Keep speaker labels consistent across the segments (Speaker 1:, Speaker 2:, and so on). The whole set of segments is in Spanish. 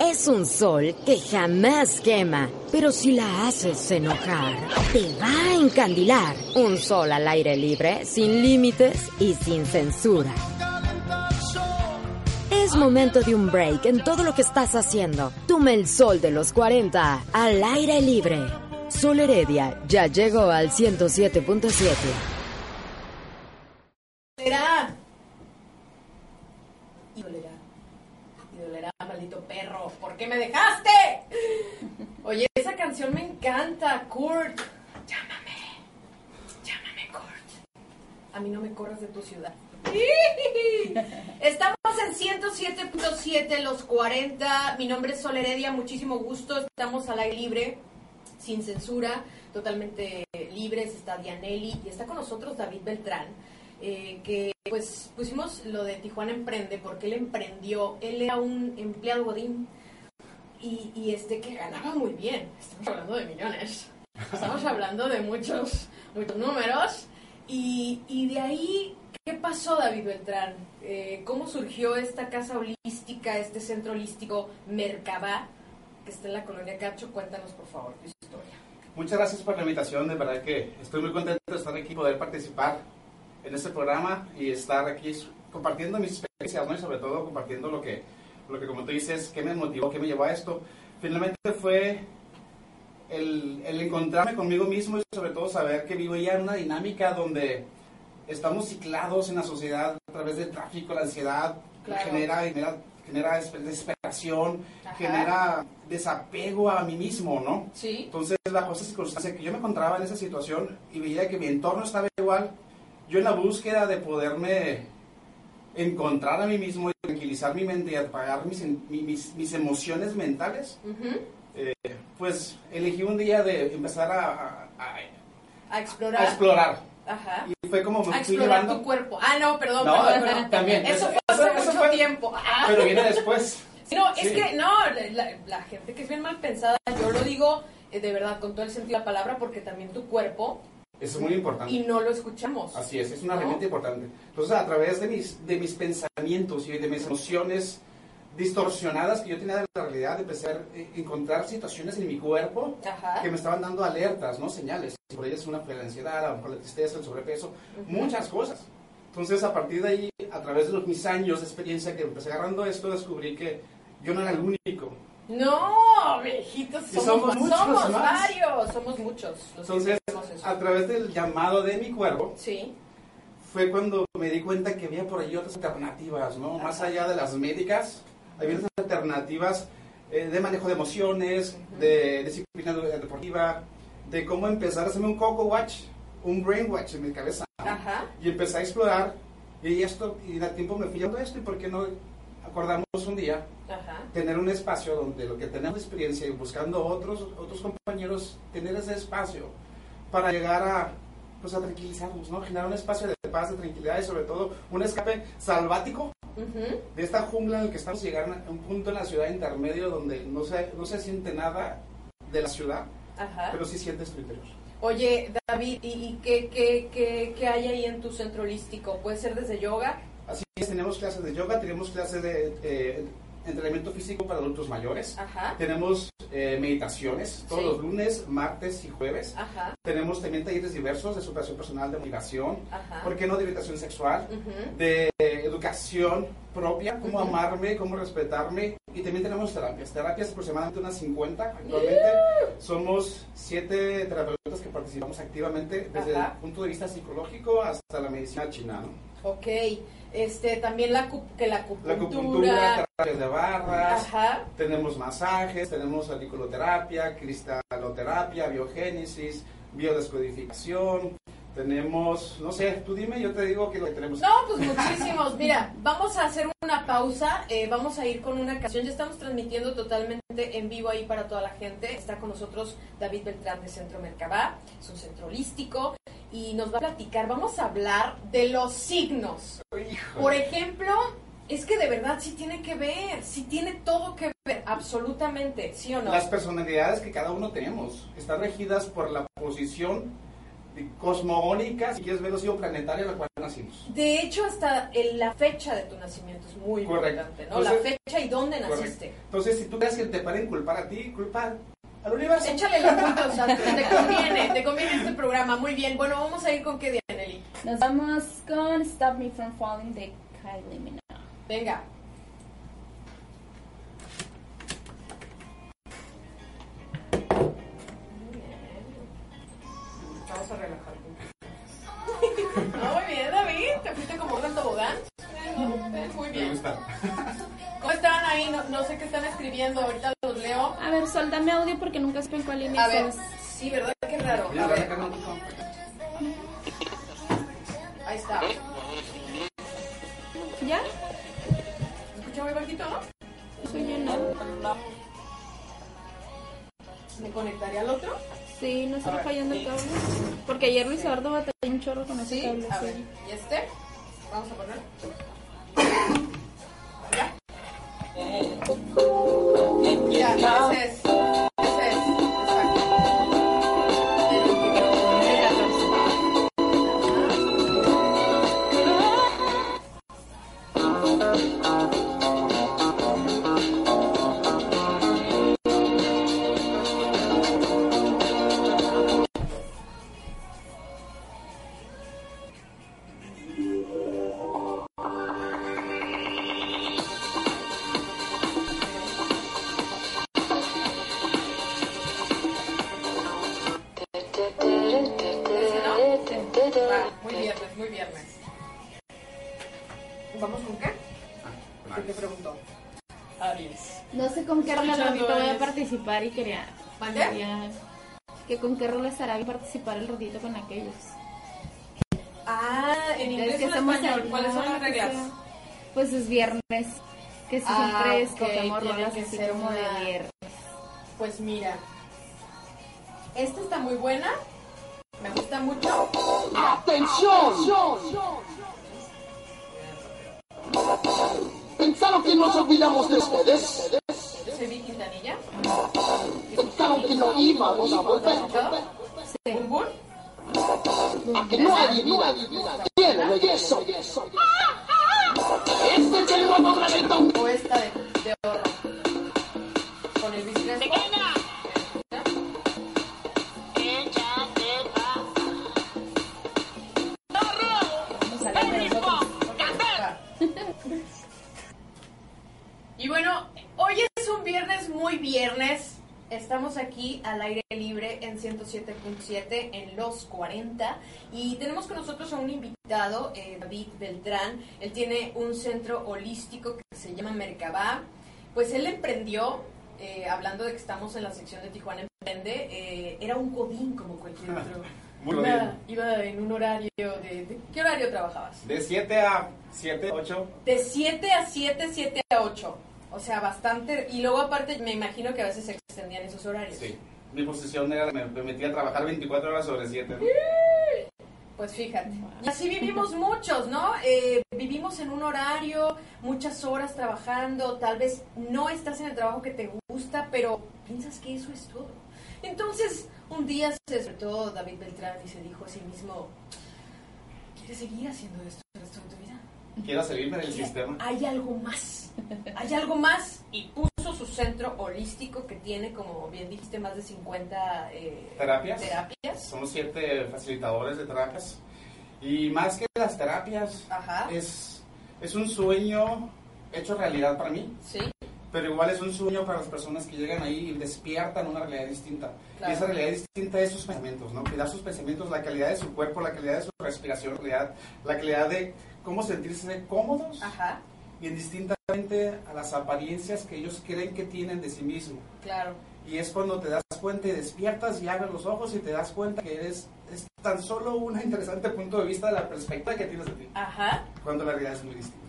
Speaker 1: Es un sol que jamás quema, pero si la haces enojar, te va a encandilar. Un sol al aire libre, sin límites y sin censura. Es momento de un break en todo lo que estás haciendo. Tome el sol de los 40 al aire libre. Sol Heredia ya llegó al 107.7.
Speaker 2: Dolerá. Y dolerá. Y dolerá, maldito perro. ¿Por qué me dejaste? Oye, esa canción me encanta, Kurt. Llámame. Llámame, Kurt. A mí no me corras de tu ciudad. Estamos en 107.7, los 40. Mi nombre es Sol Heredia, muchísimo gusto. Estamos al aire libre, sin censura, totalmente libres. Está Dianelli y está con nosotros David Beltrán, eh, que pues pusimos lo de Tijuana Emprende porque él emprendió. Él era un empleado godín y, y este que ganaba muy bien. Estamos hablando de millones. Estamos hablando de muchos, muchos números. Y, y de ahí, ¿qué pasó, David Beltrán? Eh, ¿Cómo surgió esta casa holística, este centro holístico Mercabá, que está en la colonia Cacho? Cuéntanos, por favor, tu historia.
Speaker 3: Muchas gracias por la invitación, de verdad que estoy muy contento de estar aquí, poder participar en este programa y estar aquí su- compartiendo mis experiencias, ¿no? Y sobre todo compartiendo lo que, lo que como tú dices, qué me motivó, qué me llevó a esto. Finalmente fue el, el encontrarme conmigo mismo y sobre todo saber que vivo ya en una dinámica donde estamos ciclados en la sociedad a través del tráfico, la ansiedad
Speaker 2: Claro.
Speaker 3: genera, genera, genera despe- desesperación,
Speaker 2: Ajá.
Speaker 3: genera desapego a mí mismo, ¿no?
Speaker 2: ¿Sí?
Speaker 3: Entonces, bajo esa circunstancia que yo me encontraba en esa situación y veía que mi entorno estaba igual, yo en la búsqueda de poderme encontrar a mí mismo y tranquilizar mi mente y apagar mis, en- mi- mis, mis emociones mentales,
Speaker 2: Ujú.
Speaker 3: pues elegí un día de empezar a, a- a-
Speaker 2: A
Speaker 3: a
Speaker 2: explorar.
Speaker 3: explorar.
Speaker 2: Ajá.
Speaker 3: Y fue como
Speaker 2: A
Speaker 3: me fui
Speaker 2: explorar
Speaker 3: llevando,
Speaker 2: tu cuerpo. Ah, no, perdón,
Speaker 3: No,
Speaker 2: perdón,
Speaker 3: pero
Speaker 2: perdón.
Speaker 3: también,
Speaker 2: Eso fue
Speaker 3: eso-
Speaker 2: hace
Speaker 3: eso
Speaker 2: mucho
Speaker 3: fue-
Speaker 2: tiempo. Ah.
Speaker 3: pero viene después.
Speaker 2: No, es
Speaker 3: Sí.
Speaker 2: que no, la- la, la gente que es bien mal pensada, yo lo digo eh, de verdad con todo el sentido de la palabra, porque también tu cuerpo
Speaker 3: Eso es muy importante.
Speaker 2: y no lo escuchamos.
Speaker 3: Ah. Así es, es una
Speaker 2: ¿No?
Speaker 3: herramienta importante. Entonces, a través de mis, de mis pensamientos y de mis emociones distorsionadas que yo tenía de la realidad, empecé a eh, encontrar situaciones en mi cuerpo
Speaker 2: Ajá.
Speaker 3: que me estaban dando alertas, ¿no? Señales. Por ellas una fue la ansiedad, a lo mejor la tristeza, el sobrepeso, muchas cosas. Entonces, a partir de ahí, a través de los, mis años de experiencia que empecé agarrando esto, descubrí que yo no era el único.
Speaker 2: No, viejitos,
Speaker 3: Y
Speaker 2: somos,
Speaker 3: somos muchos
Speaker 2: somos
Speaker 3: más.
Speaker 2: varios, somos muchos. los que
Speaker 3: Entonces,
Speaker 2: hacemos eso.
Speaker 3: a través del llamado de mi cuerpo,
Speaker 2: Sí,
Speaker 3: fue cuando me di cuenta que había por ahí otras alternativas, ¿no? Más allá de las médicas, había otras alternativas eh, de manejo de emociones, de disciplina de- deportiva, de cómo empezar a hacerme un coco watch, un brain watch en mi cabeza.
Speaker 2: ajá.
Speaker 3: Y empecé a explorar, y esto, y al tiempo me fui llevando esto, y por qué no acordamos un día
Speaker 2: Ajá.
Speaker 3: tener un espacio donde lo que tenemos de experiencia y buscando otros otros compañeros tener ese espacio para llegar a pues a tranquilizarnos, ¿no? Generar un espacio de paz, de tranquilidad y sobre todo un escape salvático
Speaker 2: Ujú.
Speaker 3: de esta jungla en la que estamos llegando a un punto en la ciudad intermedio donde no se no se siente nada de la ciudad,
Speaker 2: Ajá.
Speaker 3: pero sí sientes tu interior.
Speaker 2: Oye, David, ¿y, y qué, qué, qué, qué hay ahí en tu centro holístico? ¿Puede ser desde yoga?
Speaker 3: Así es, tenemos clases de yoga, tenemos clases de eh, entrenamiento físico para adultos mayores,
Speaker 2: Ajá.
Speaker 3: tenemos eh, meditaciones todos
Speaker 2: Ah. Sí.
Speaker 3: los lunes, martes y jueves.
Speaker 2: Ajá.
Speaker 3: Tenemos también talleres diversos de superación personal, de motivación,
Speaker 2: Ajá.
Speaker 3: ¿por qué no de orientación sexual?
Speaker 2: Ujú.
Speaker 3: De educación propia, cómo
Speaker 2: Ujú.
Speaker 3: amarme, cómo respetarme. Y también tenemos terapias. Terapias aproximadamente unas 50 actualmente. Somos siete terapeutas que participamos activamente desde
Speaker 2: Ajá.
Speaker 3: el punto de vista psicológico hasta la medicina china. ¿no?
Speaker 2: Ok, este, también la, acu- que la
Speaker 3: La
Speaker 2: acupuntura.
Speaker 3: acupuntura, terapias de barras.
Speaker 2: Ajá.
Speaker 3: Tenemos masajes, tenemos aliculoterapia, cristaloterapia, biogénesis, biodescodificación. Tenemos, no sé, tú dime, yo te digo que lo que tenemos.
Speaker 2: No, pues muchísimos. Mira, vamos a hacer una pausa. eh, vamos a ir con una canción. Ya estamos transmitiendo totalmente en vivo ahí para toda la gente. Está con nosotros David Beltrán de Centro Mercabá. Es un centro holístico. Y nos va a platicar. Vamos a hablar de los signos.
Speaker 3: Hijo.
Speaker 2: Por ejemplo, es que de verdad sí tiene que ver. Sí tiene todo que ver. Absolutamente. ¿Sí o no?
Speaker 3: Las personalidades que cada uno tenemos están regidas por la posición de- cosmogónica, si quieres verlo así, o planetaria en la cual nacimos.
Speaker 2: De hecho, hasta el- la fecha de tu nacimiento es muy
Speaker 3: Correcto.
Speaker 2: importante, ¿no? la
Speaker 3: Entonces-
Speaker 2: fecha y dónde
Speaker 3: Correcto.
Speaker 2: naciste.
Speaker 3: Entonces, si tú crees que te pueden culpar a ti, culpa al universo.
Speaker 2: Échale la culpa, o sea, te conviene, te conviene este programa. Muy bien, bueno, vamos a ir con qué, Dianelli.
Speaker 4: Nos vamos con Stop Me From Falling de Kylie Minogue.
Speaker 2: Venga. Muy bien. Vamos a relajarte. Ah, muy bien, David. Te fuiste como un tobogán. Muy
Speaker 3: Me
Speaker 2: bien.
Speaker 3: gusta.
Speaker 2: ¿Cómo están ahí? No, no sé qué están escribiendo. Ahorita los leo.
Speaker 4: A ver, soldame audio porque nunca supe en cuál línea
Speaker 2: A ver.
Speaker 4: estás.
Speaker 2: Sí, ¿verdad? Qué raro.
Speaker 3: Mira,
Speaker 2: A
Speaker 3: dale acá,
Speaker 2: ver,
Speaker 3: no.
Speaker 2: ahí está. ¿Se
Speaker 4: ¿Ya?
Speaker 2: escucha muy bajito, no?
Speaker 4: No soy yo, ¿no?
Speaker 2: ¿Me conectaré al otro?
Speaker 4: Sí, no
Speaker 2: A
Speaker 4: estará
Speaker 2: ver.
Speaker 4: fallando el cable. Porque ayer Luis Eduardo batalló un chorro con ese
Speaker 2: Sí,
Speaker 4: cable.
Speaker 2: a
Speaker 4: sí.
Speaker 2: ver. ¿Y este? Vamos a poner. ¿Ya? Ya, ese es. Ese es. Exacto. Va, muy viernes, muy viernes. ¿Vamos con qué? ¿Qué te pregunto? Aries.
Speaker 4: No sé con qué rola
Speaker 2: Escuchando
Speaker 4: ratito voy
Speaker 2: es-
Speaker 4: a participar y quería...
Speaker 2: ¿Mande?
Speaker 4: quería- Que con qué rola estará bien participar el ratito con aquellos.
Speaker 2: Ah, en
Speaker 4: Es
Speaker 2: inglés
Speaker 4: que
Speaker 2: o en
Speaker 4: estamos
Speaker 2: español.
Speaker 4: en-
Speaker 2: ¿Cuáles son
Speaker 4: no,
Speaker 2: las
Speaker 4: que
Speaker 2: reglas?
Speaker 4: sea- Pues es viernes. Que si
Speaker 2: Ah,
Speaker 4: siempre
Speaker 2: ok,
Speaker 4: escogemos
Speaker 2: tiene
Speaker 4: rolas
Speaker 2: que
Speaker 4: así
Speaker 2: ser
Speaker 4: como
Speaker 2: una-
Speaker 4: de viernes.
Speaker 2: Pues mira, esta está muy buena, me gusta mucho.
Speaker 5: ¡Atención! ¿Pensaron que nos olvidamos de ustedes?
Speaker 2: Soy Vicky Quintanilla.
Speaker 5: ¿Pensaron que no íbamos a volver?
Speaker 2: Bum Bum.
Speaker 5: ¿A que no adivinan quién regresó? ¡Este es el nuevo reggaetón!
Speaker 2: O esta de, de oro. Con el Crespo. Vamos a leer de nosotros. Va. Y bueno, hoy es un viernes muy viernes. Estamos aquí al aire libre en 107.7 en los 40 y tenemos con nosotros a un invitado, eh, David Beltrán. Él tiene un centro holístico que se llama Mercabá. Pues él emprendió, eh, hablando de que estamos en la sección de Tijuana Emprende, eh, era un godín como cualquier otro.
Speaker 3: Muy
Speaker 2: iba,
Speaker 3: bien.
Speaker 2: iba en un horario de- de... ¿Qué horario trabajabas?
Speaker 3: De 7 a 7, 8.
Speaker 2: De 7 a 7, 7 a 8. O sea, bastante. Y luego aparte me imagino que a veces se extendían esos horarios.
Speaker 3: Sí. Mi posición era, me permitía trabajar 24 horas sobre 7.
Speaker 2: Pues fíjate. Y así vivimos muchos, ¿no? Eh, vivimos en un horario, muchas horas trabajando, tal vez no estás en el trabajo que te gusta, pero piensas que eso es todo. Entonces, un día se despertó David Beltrán y se dijo a sí mismo, ¿quieres seguir haciendo esto el resto de tu vida?
Speaker 3: Quiero salirme del
Speaker 2: Mira,
Speaker 3: sistema.
Speaker 2: Hay algo más. Hay algo más. Y puso su centro holístico que tiene, como bien dijiste, más de 50 eh,
Speaker 3: ¿Terapias?
Speaker 2: terapias.
Speaker 3: Somos siete facilitadores de terapias. Y más que las terapias,
Speaker 2: Ajá.
Speaker 3: es, es un sueño hecho realidad para mí.
Speaker 2: Sí.
Speaker 3: Pero igual es un sueño para las personas que llegan ahí y despiertan una realidad distinta.
Speaker 2: Claro.
Speaker 3: Y esa realidad distinta es sus pensamientos, ¿no? Cuidar sus pensamientos, la calidad de su cuerpo, la calidad de su respiración, la calidad, la calidad de cómo sentirse cómodos
Speaker 2: Ajá.
Speaker 3: y indistintamente a las apariencias que ellos creen que tienen de sí mismo.
Speaker 2: Claro.
Speaker 3: Y es cuando te das cuenta y despiertas y abres los ojos y te das cuenta que eres es tan solo un interesante punto de vista de la perspectiva que tienes de ti
Speaker 2: Ajá.
Speaker 3: cuando la realidad es muy distinta.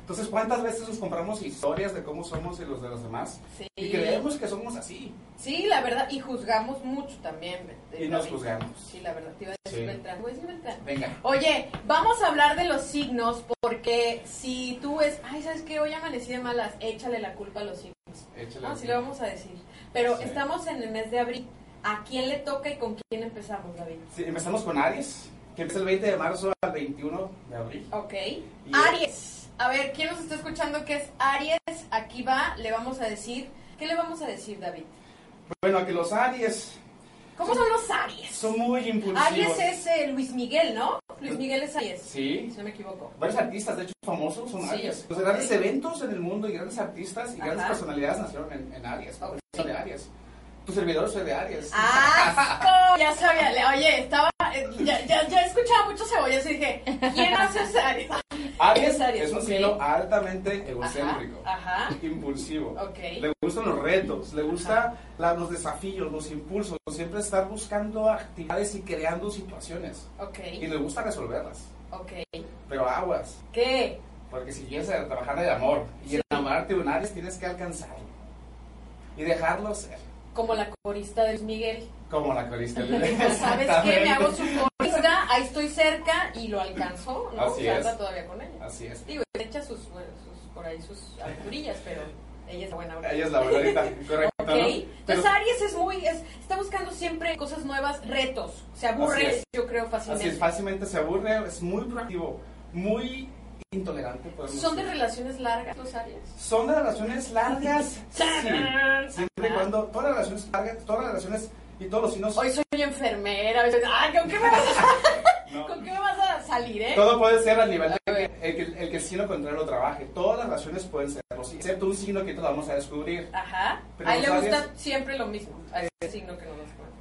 Speaker 3: Entonces, ¿cuántas veces nos compramos historias de cómo somos y los de los demás?
Speaker 2: Sí.
Speaker 3: Y creemos que somos así.
Speaker 2: Sí, la verdad. Y juzgamos mucho también. eh,
Speaker 3: Y nos
Speaker 2: David.
Speaker 3: juzgamos.
Speaker 2: Sí, la verdad. Te iba a decir
Speaker 3: Sí.
Speaker 2: Beltrán. Te voy a decir Beltrán.
Speaker 3: Venga.
Speaker 2: Oye, vamos a hablar de los signos porque si tú es, ay, ¿sabes qué? Hoy amanecí de malas, échale la culpa a los signos.
Speaker 3: Échale.
Speaker 2: No, Ah, sí lo vamos a decir. Pero
Speaker 3: Sí.
Speaker 2: estamos en el mes de abril. ¿A quién le toca y con quién empezamos, David?
Speaker 3: Sí, empezamos con Aries, que empieza el 20 de marzo al 21 de abril.
Speaker 2: Ok.
Speaker 3: Y-
Speaker 2: Aries. A ver, ¿quién nos está escuchando que es Aries aquí va, le vamos a decir. ¿Qué le vamos a decir, David?
Speaker 3: Bueno, que los Aries
Speaker 2: ¿Cómo son los Aries?
Speaker 3: son muy impulsivos.
Speaker 2: Aries es eh, Luis Miguel, ¿no? Luis Miguel es Aries.
Speaker 3: Sí.
Speaker 2: Si no me equivoco.
Speaker 3: Varios artistas, de hecho, famosos son
Speaker 2: Sí.
Speaker 3: Aries. Los grandes eventos en el mundo y grandes artistas y grandes
Speaker 2: Ajá.
Speaker 3: personalidades nacieron en, en Aries.
Speaker 2: Ok.
Speaker 3: Son de Aries. Tu servidor soy de Aries.
Speaker 2: Ah, ¡Asco! Ya sabía, le- oye, estaba. eh, Ya, ya, ya escuchaba mucho cebollas y dije, ¿quién hace ese Aries?
Speaker 3: Aries
Speaker 2: Es Aries,
Speaker 3: es un
Speaker 2: ok.
Speaker 3: signo altamente egocéntrico,
Speaker 2: Ajá, ajá.
Speaker 3: impulsivo.
Speaker 2: Ok.
Speaker 3: Le gustan los retos, le gustan la- los desafíos, los impulsos, siempre estar buscando actividades y creando situaciones.
Speaker 2: Ok,
Speaker 3: Y le gusta resolverlas.
Speaker 2: ok.
Speaker 3: Pero aguas,
Speaker 2: ¿Qué?
Speaker 3: porque si quieres trabajar el amor y enamorarte de un Aries, tienes que alcanzarlo y dejarlo ser.
Speaker 2: Como la corista de Luis Miguel.
Speaker 3: Como la corista.
Speaker 2: ¿Sabes qué? Me hago su corista, ahí estoy cerca y lo alcanzó, ¿no?
Speaker 3: Así
Speaker 2: Se anda
Speaker 3: es.
Speaker 2: todavía con ella.
Speaker 3: Así es.
Speaker 2: Digo, le echa sus, bueno, sus- por ahí sus aventurillas, pero ella es buena ahora.
Speaker 3: Ella es la bonita, correcto.
Speaker 2: Ok,
Speaker 3: ¿no? Pero-
Speaker 2: entonces Aries es muy, es- está buscando siempre cosas nuevas, retos, se
Speaker 3: Así
Speaker 2: aburre,
Speaker 3: es.
Speaker 2: yo creo,
Speaker 3: Así es,
Speaker 2: fácilmente.
Speaker 3: fácilmente se aburre, es muy proactivo, muy intolerante. podemos
Speaker 2: ¿Son de
Speaker 3: decir.
Speaker 2: relaciones largas los Aries?
Speaker 3: Son de relaciones largas. sí.
Speaker 2: Tarán.
Speaker 3: Siempre y cuando todas las relaciones largas, todas las relaciones y todos los signos.
Speaker 2: Hoy soy enfermera, hoy soy- ay, ¿con qué me vas a,
Speaker 3: no.
Speaker 2: ¿con qué me vas a salir, eh?
Speaker 3: Todo puede ser al nivel de
Speaker 2: A
Speaker 3: que
Speaker 2: ver.
Speaker 3: el, que el que el signo contrario lo trabaje. Todas las relaciones pueden ser, excepto un signo que te lo vamos a descubrir.
Speaker 2: Ajá,
Speaker 3: Pero
Speaker 2: a él le
Speaker 3: los
Speaker 2: gusta
Speaker 3: Aries-
Speaker 2: siempre lo mismo, a ese signo que no nos cuenta.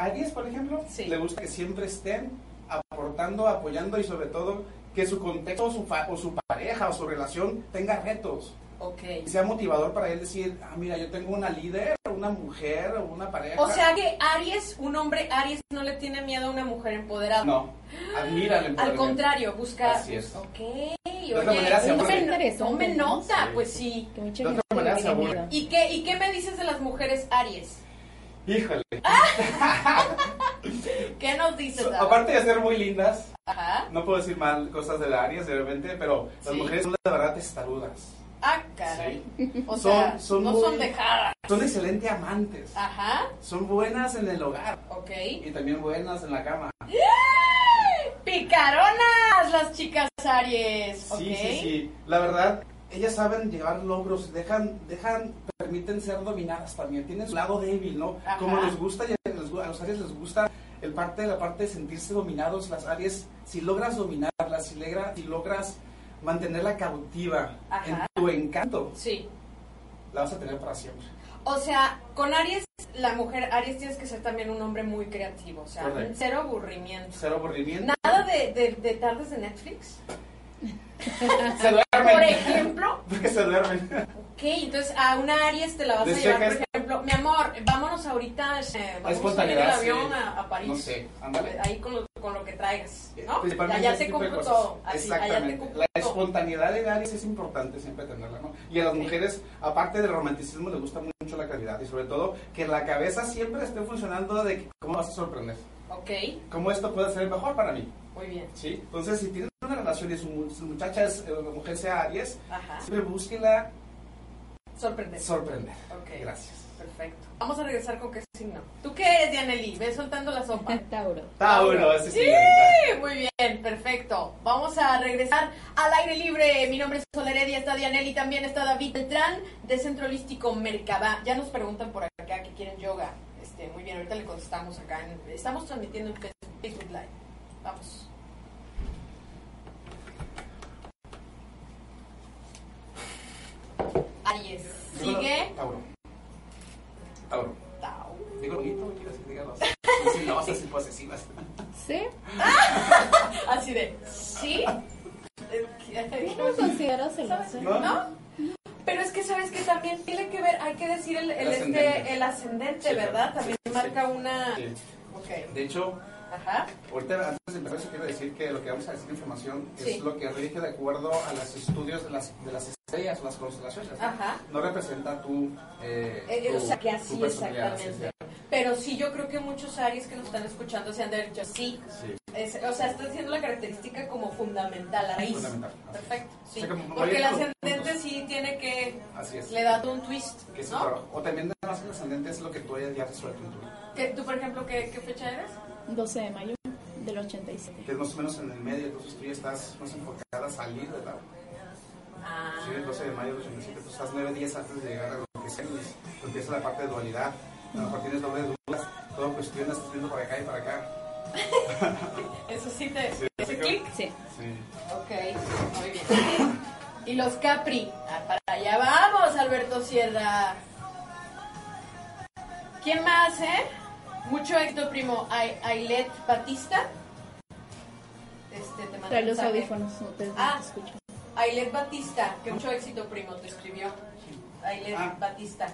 Speaker 3: A Aries, por ejemplo,
Speaker 2: Sí.
Speaker 3: le gusta que siempre estén aportando, apoyando y sobre todo que su contexto o su, fa- o su pareja o su relación tenga retos.
Speaker 2: Ok.
Speaker 3: Y sea motivador para él decir, ah, mira, yo tengo una líder, una mujer o una pareja.
Speaker 2: O sea que Aries, un hombre Aries no le tiene miedo a una mujer empoderada.
Speaker 3: no, admira el
Speaker 2: Al
Speaker 3: empoderamiento.
Speaker 2: contrario, busca.
Speaker 3: Así es.
Speaker 2: Ok.
Speaker 3: otra manera se
Speaker 2: Oye,
Speaker 3: aburre.
Speaker 2: tomen, tomen nota,
Speaker 3: Sí.
Speaker 2: pues sí.
Speaker 4: Que mucha
Speaker 3: De otra
Speaker 4: gente le
Speaker 3: manera
Speaker 4: tiene
Speaker 3: se aburre.
Speaker 4: miedo.
Speaker 2: ¿Y qué, ¿Y qué me dices de las mujeres Aries?
Speaker 3: Híjole.
Speaker 2: ¿Qué nos dices? Ah,
Speaker 3: So-
Speaker 2: Dara?
Speaker 3: aparte de ser muy lindas,
Speaker 2: Ajá.
Speaker 3: no puedo decir mal cosas de la Aries, de repente, pero las
Speaker 2: Sí.
Speaker 3: mujeres son de verdad testarudas.
Speaker 2: Ah, caray. O
Speaker 3: Son-
Speaker 2: sea,
Speaker 3: son
Speaker 2: no
Speaker 3: muy-
Speaker 2: son dejadas.
Speaker 3: Son excelentes amantes.
Speaker 2: Ajá.
Speaker 3: Son buenas en el hogar
Speaker 2: Ok.
Speaker 3: y también buenas en la cama.
Speaker 2: Picaronas, las chicas Aries.
Speaker 3: Sí,
Speaker 2: ok.
Speaker 3: sí, sí. La verdad, ellas saben llevar logros, dejan, dejan, permiten ser dominadas también. Tienen su lado débil, ¿no?
Speaker 2: Ajá.
Speaker 3: Como les gusta, y les gu- a los Aries les gusta el parte, la parte de sentirse dominados. Las Aries, si logras dominarlas, si, legra- si logras mantenerla cautiva
Speaker 2: Ajá.
Speaker 3: en tu encanto,
Speaker 2: Sí.
Speaker 3: la vas a tener para siempre.
Speaker 2: O sea, con Aries, la mujer Aries tienes que ser también un hombre muy creativo. O sea,
Speaker 3: Correcto.
Speaker 2: cero aburrimiento.
Speaker 3: Cero aburrimiento.
Speaker 2: Nada de, de- de tardes de Netflix.
Speaker 3: Se duermen.
Speaker 2: Por ejemplo,
Speaker 3: Porque se duermen.
Speaker 2: ok, entonces a una Aries te la vas
Speaker 3: De
Speaker 2: a llevar,
Speaker 3: checas.
Speaker 2: por ejemplo, mi amor, vámonos ahorita, eh, vamos a ir
Speaker 3: Espontaneidad,
Speaker 2: el avión
Speaker 3: sí.
Speaker 2: a, a París.
Speaker 3: No sé, ándale.
Speaker 2: Ahí con lo, con lo que traigas, ¿no?
Speaker 3: Eh, Principalmente
Speaker 2: Allá
Speaker 3: ese
Speaker 2: te
Speaker 3: tipo de
Speaker 2: compro
Speaker 3: cosas.
Speaker 2: todo. Así, allá te
Speaker 3: Exactamente.
Speaker 2: compro
Speaker 3: La
Speaker 2: todo.
Speaker 3: espontaneidad de Aries es importante siempre tenerla, ¿no? Y a las mujeres, aparte del romanticismo, les gusta mucho la calidad y sobre todo que la cabeza siempre esté funcionando de que, cómo vas a sorprender,
Speaker 2: Ok,
Speaker 3: cómo esto puede ser mejor para mí,
Speaker 2: muy bien.
Speaker 3: ¿sí? Entonces, si tienen una relación y su, mu- su muchacha es, eh, la mujer sea Aries,
Speaker 2: Ajá.
Speaker 3: siempre búsquenla
Speaker 2: Sorprendente.
Speaker 3: sorprender.
Speaker 2: Ok.
Speaker 3: Gracias.
Speaker 2: Perfecto. Vamos a regresar con qué signo. ¿Tú qué eres, Dianely? Ve soltando la sopa.
Speaker 4: Tauro.
Speaker 3: Tauro, ese
Speaker 2: Sí, muy bien, perfecto. Vamos a regresar al aire libre. Mi nombre es Sol Heredia, está Dianel y también está David Beltrán de Centro Holístico Mercaba. Ya nos preguntan por acá que quieren yoga. Este, muy bien, ahorita le contestamos acá. en- estamos transmitiendo en Facebook Facebook Live. Vamos. Aries. Sigue.
Speaker 3: Tauro. Tauro.
Speaker 2: Tau.
Speaker 3: Digo bonito, quieres que diga los. Sí, no, vas a ser posesivas.
Speaker 4: ¿Sí?
Speaker 2: Así de. ¿Sí?
Speaker 4: Yo no me considero celosa.
Speaker 3: ¿No?
Speaker 2: ¿No? Pero es que sabes que también tiene que ver, hay que decir el, el,
Speaker 3: El ascendente.
Speaker 2: este, el ascendente,
Speaker 3: Sí,
Speaker 2: ¿verdad?
Speaker 3: claro.
Speaker 2: También
Speaker 3: Sí, sí,
Speaker 2: marca
Speaker 3: sí.
Speaker 2: una.
Speaker 3: Sí.
Speaker 2: Ok.
Speaker 3: De hecho,
Speaker 2: Ajá.
Speaker 3: Ahorita, antes de empezar, yo quiero decir que lo que vamos a decir información
Speaker 2: Sí.
Speaker 3: es lo que rige de acuerdo a los estudios de las, de las estrellas o las constelaciones. ¿no?
Speaker 2: Ajá.
Speaker 3: No representa tu, eh,
Speaker 2: Eh, eh,
Speaker 3: tu-
Speaker 2: o sea, que
Speaker 3: tu
Speaker 2: así
Speaker 3: personalidad,
Speaker 2: exactamente. Pero sí, yo creo que muchos Aries que nos están escuchando se han de haber dicho sí.
Speaker 3: Sí, sí.
Speaker 2: Es- o sea, está haciendo la característica como fundamental, la raíz.
Speaker 3: Fundamental, así es.
Speaker 2: Perfecto. Sí.
Speaker 3: O sea, como
Speaker 2: Porque el
Speaker 3: varios
Speaker 2: ascendente
Speaker 3: puntos.
Speaker 2: sí tiene que. pues,
Speaker 3: Así es.
Speaker 2: Le da un twist,
Speaker 3: Que es tu
Speaker 2: ¿no?
Speaker 3: trabajo. O también nada más el ascendente es lo que tú hayas ya resuelto en tu vida,
Speaker 2: Que, ¿Tú, por ejemplo, qué, qué fecha eres?
Speaker 4: 12 de mayo del 87.
Speaker 3: que es más o menos en el medio, entonces tú ya estás más enfocada a salir de la...
Speaker 2: Ah.
Speaker 3: Sí, el 12 de mayo del 87, pues estás 9 días antes de llegar a lo que sea, pues, empieza la parte de dualidad. A lo mejor tienes doble de dudas, todo cuestionas, estás viendo para acá y para acá.
Speaker 2: Eso sí te.
Speaker 3: Sí,
Speaker 2: ¿te
Speaker 3: sí,
Speaker 2: clic?
Speaker 6: Sí.
Speaker 3: Sí.
Speaker 2: Ok, muy bien. Y los Capri. Ah, para allá vamos, Alberto Sierra. ¿Quién más, eh? Mucho éxito, primo. Ai- Ailet Batista. Este, te mando
Speaker 4: Trae los
Speaker 2: mensaje.
Speaker 4: audífonos, no te, no te
Speaker 2: Ah.
Speaker 4: escucho.
Speaker 2: Ailet Batista, que mucho éxito, primo, te escribió. Ailet
Speaker 3: Ah.
Speaker 2: Batista.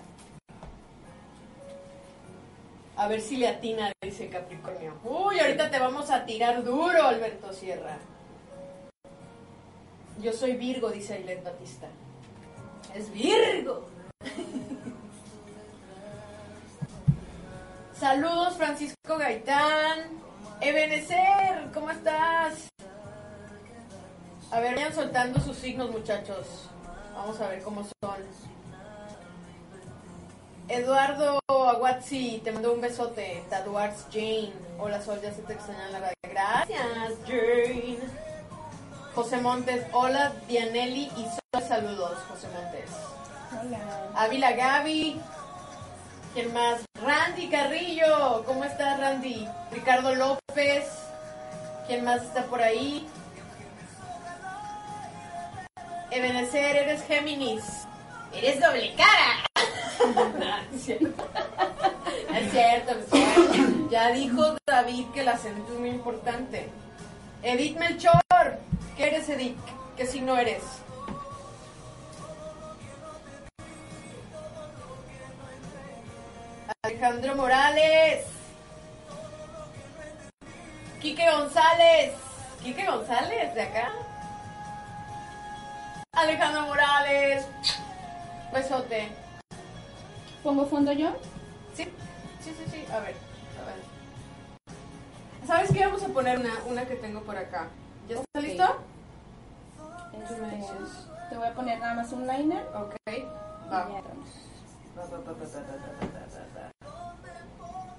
Speaker 2: A ver si le atina, dice Capricornio. Uy, ahorita te vamos a tirar duro, Alberto Sierra. Yo soy Virgo, dice Ailet Batista. Es Virgo. Saludos, Francisco Gaitán. Ebenezer, ¿cómo estás? A ver, vayan soltando sus signos, muchachos. Vamos a ver cómo son. Eduardo Aguazzi, te mando un besote. Taduards Jane. Hola, Sol, ya se te extraña la radio. Gracias, Jane. José Montes, hola, Dianelli y Sol, saludos, José Montes.
Speaker 4: Hola.
Speaker 2: Ávila Gaby. ¿Quién más? Randy Carrillo. ¿Cómo estás, Randy? Ricardo López. ¿Quién más está por ahí? Ebenezer, eres Géminis. Eres doble cara. No, es cierto. No es cierto, es cierto. Ya dijo David que el acento es muy importante. Edith Melchor. ¿Qué eres, Edith? ¿Qué si no eres? Alejandro Morales. Quique González. Quique González, de acá. Alejandro Morales. Besote.
Speaker 4: ¿Pongo fondo yo?
Speaker 2: Sí, sí, sí, sí. A ver, a ver. ¿Sabes qué? Vamos a poner una, una que tengo por acá. ¿Ya está
Speaker 4: Ok.
Speaker 2: listo?
Speaker 4: Este,
Speaker 2: me dices.
Speaker 4: te voy a poner nada más un liner.
Speaker 2: Ok.
Speaker 4: y
Speaker 2: Va.
Speaker 4: ya entramos.
Speaker 2: Ta, ta, ta, ta, ta, ta, ta, ta, ta, ta.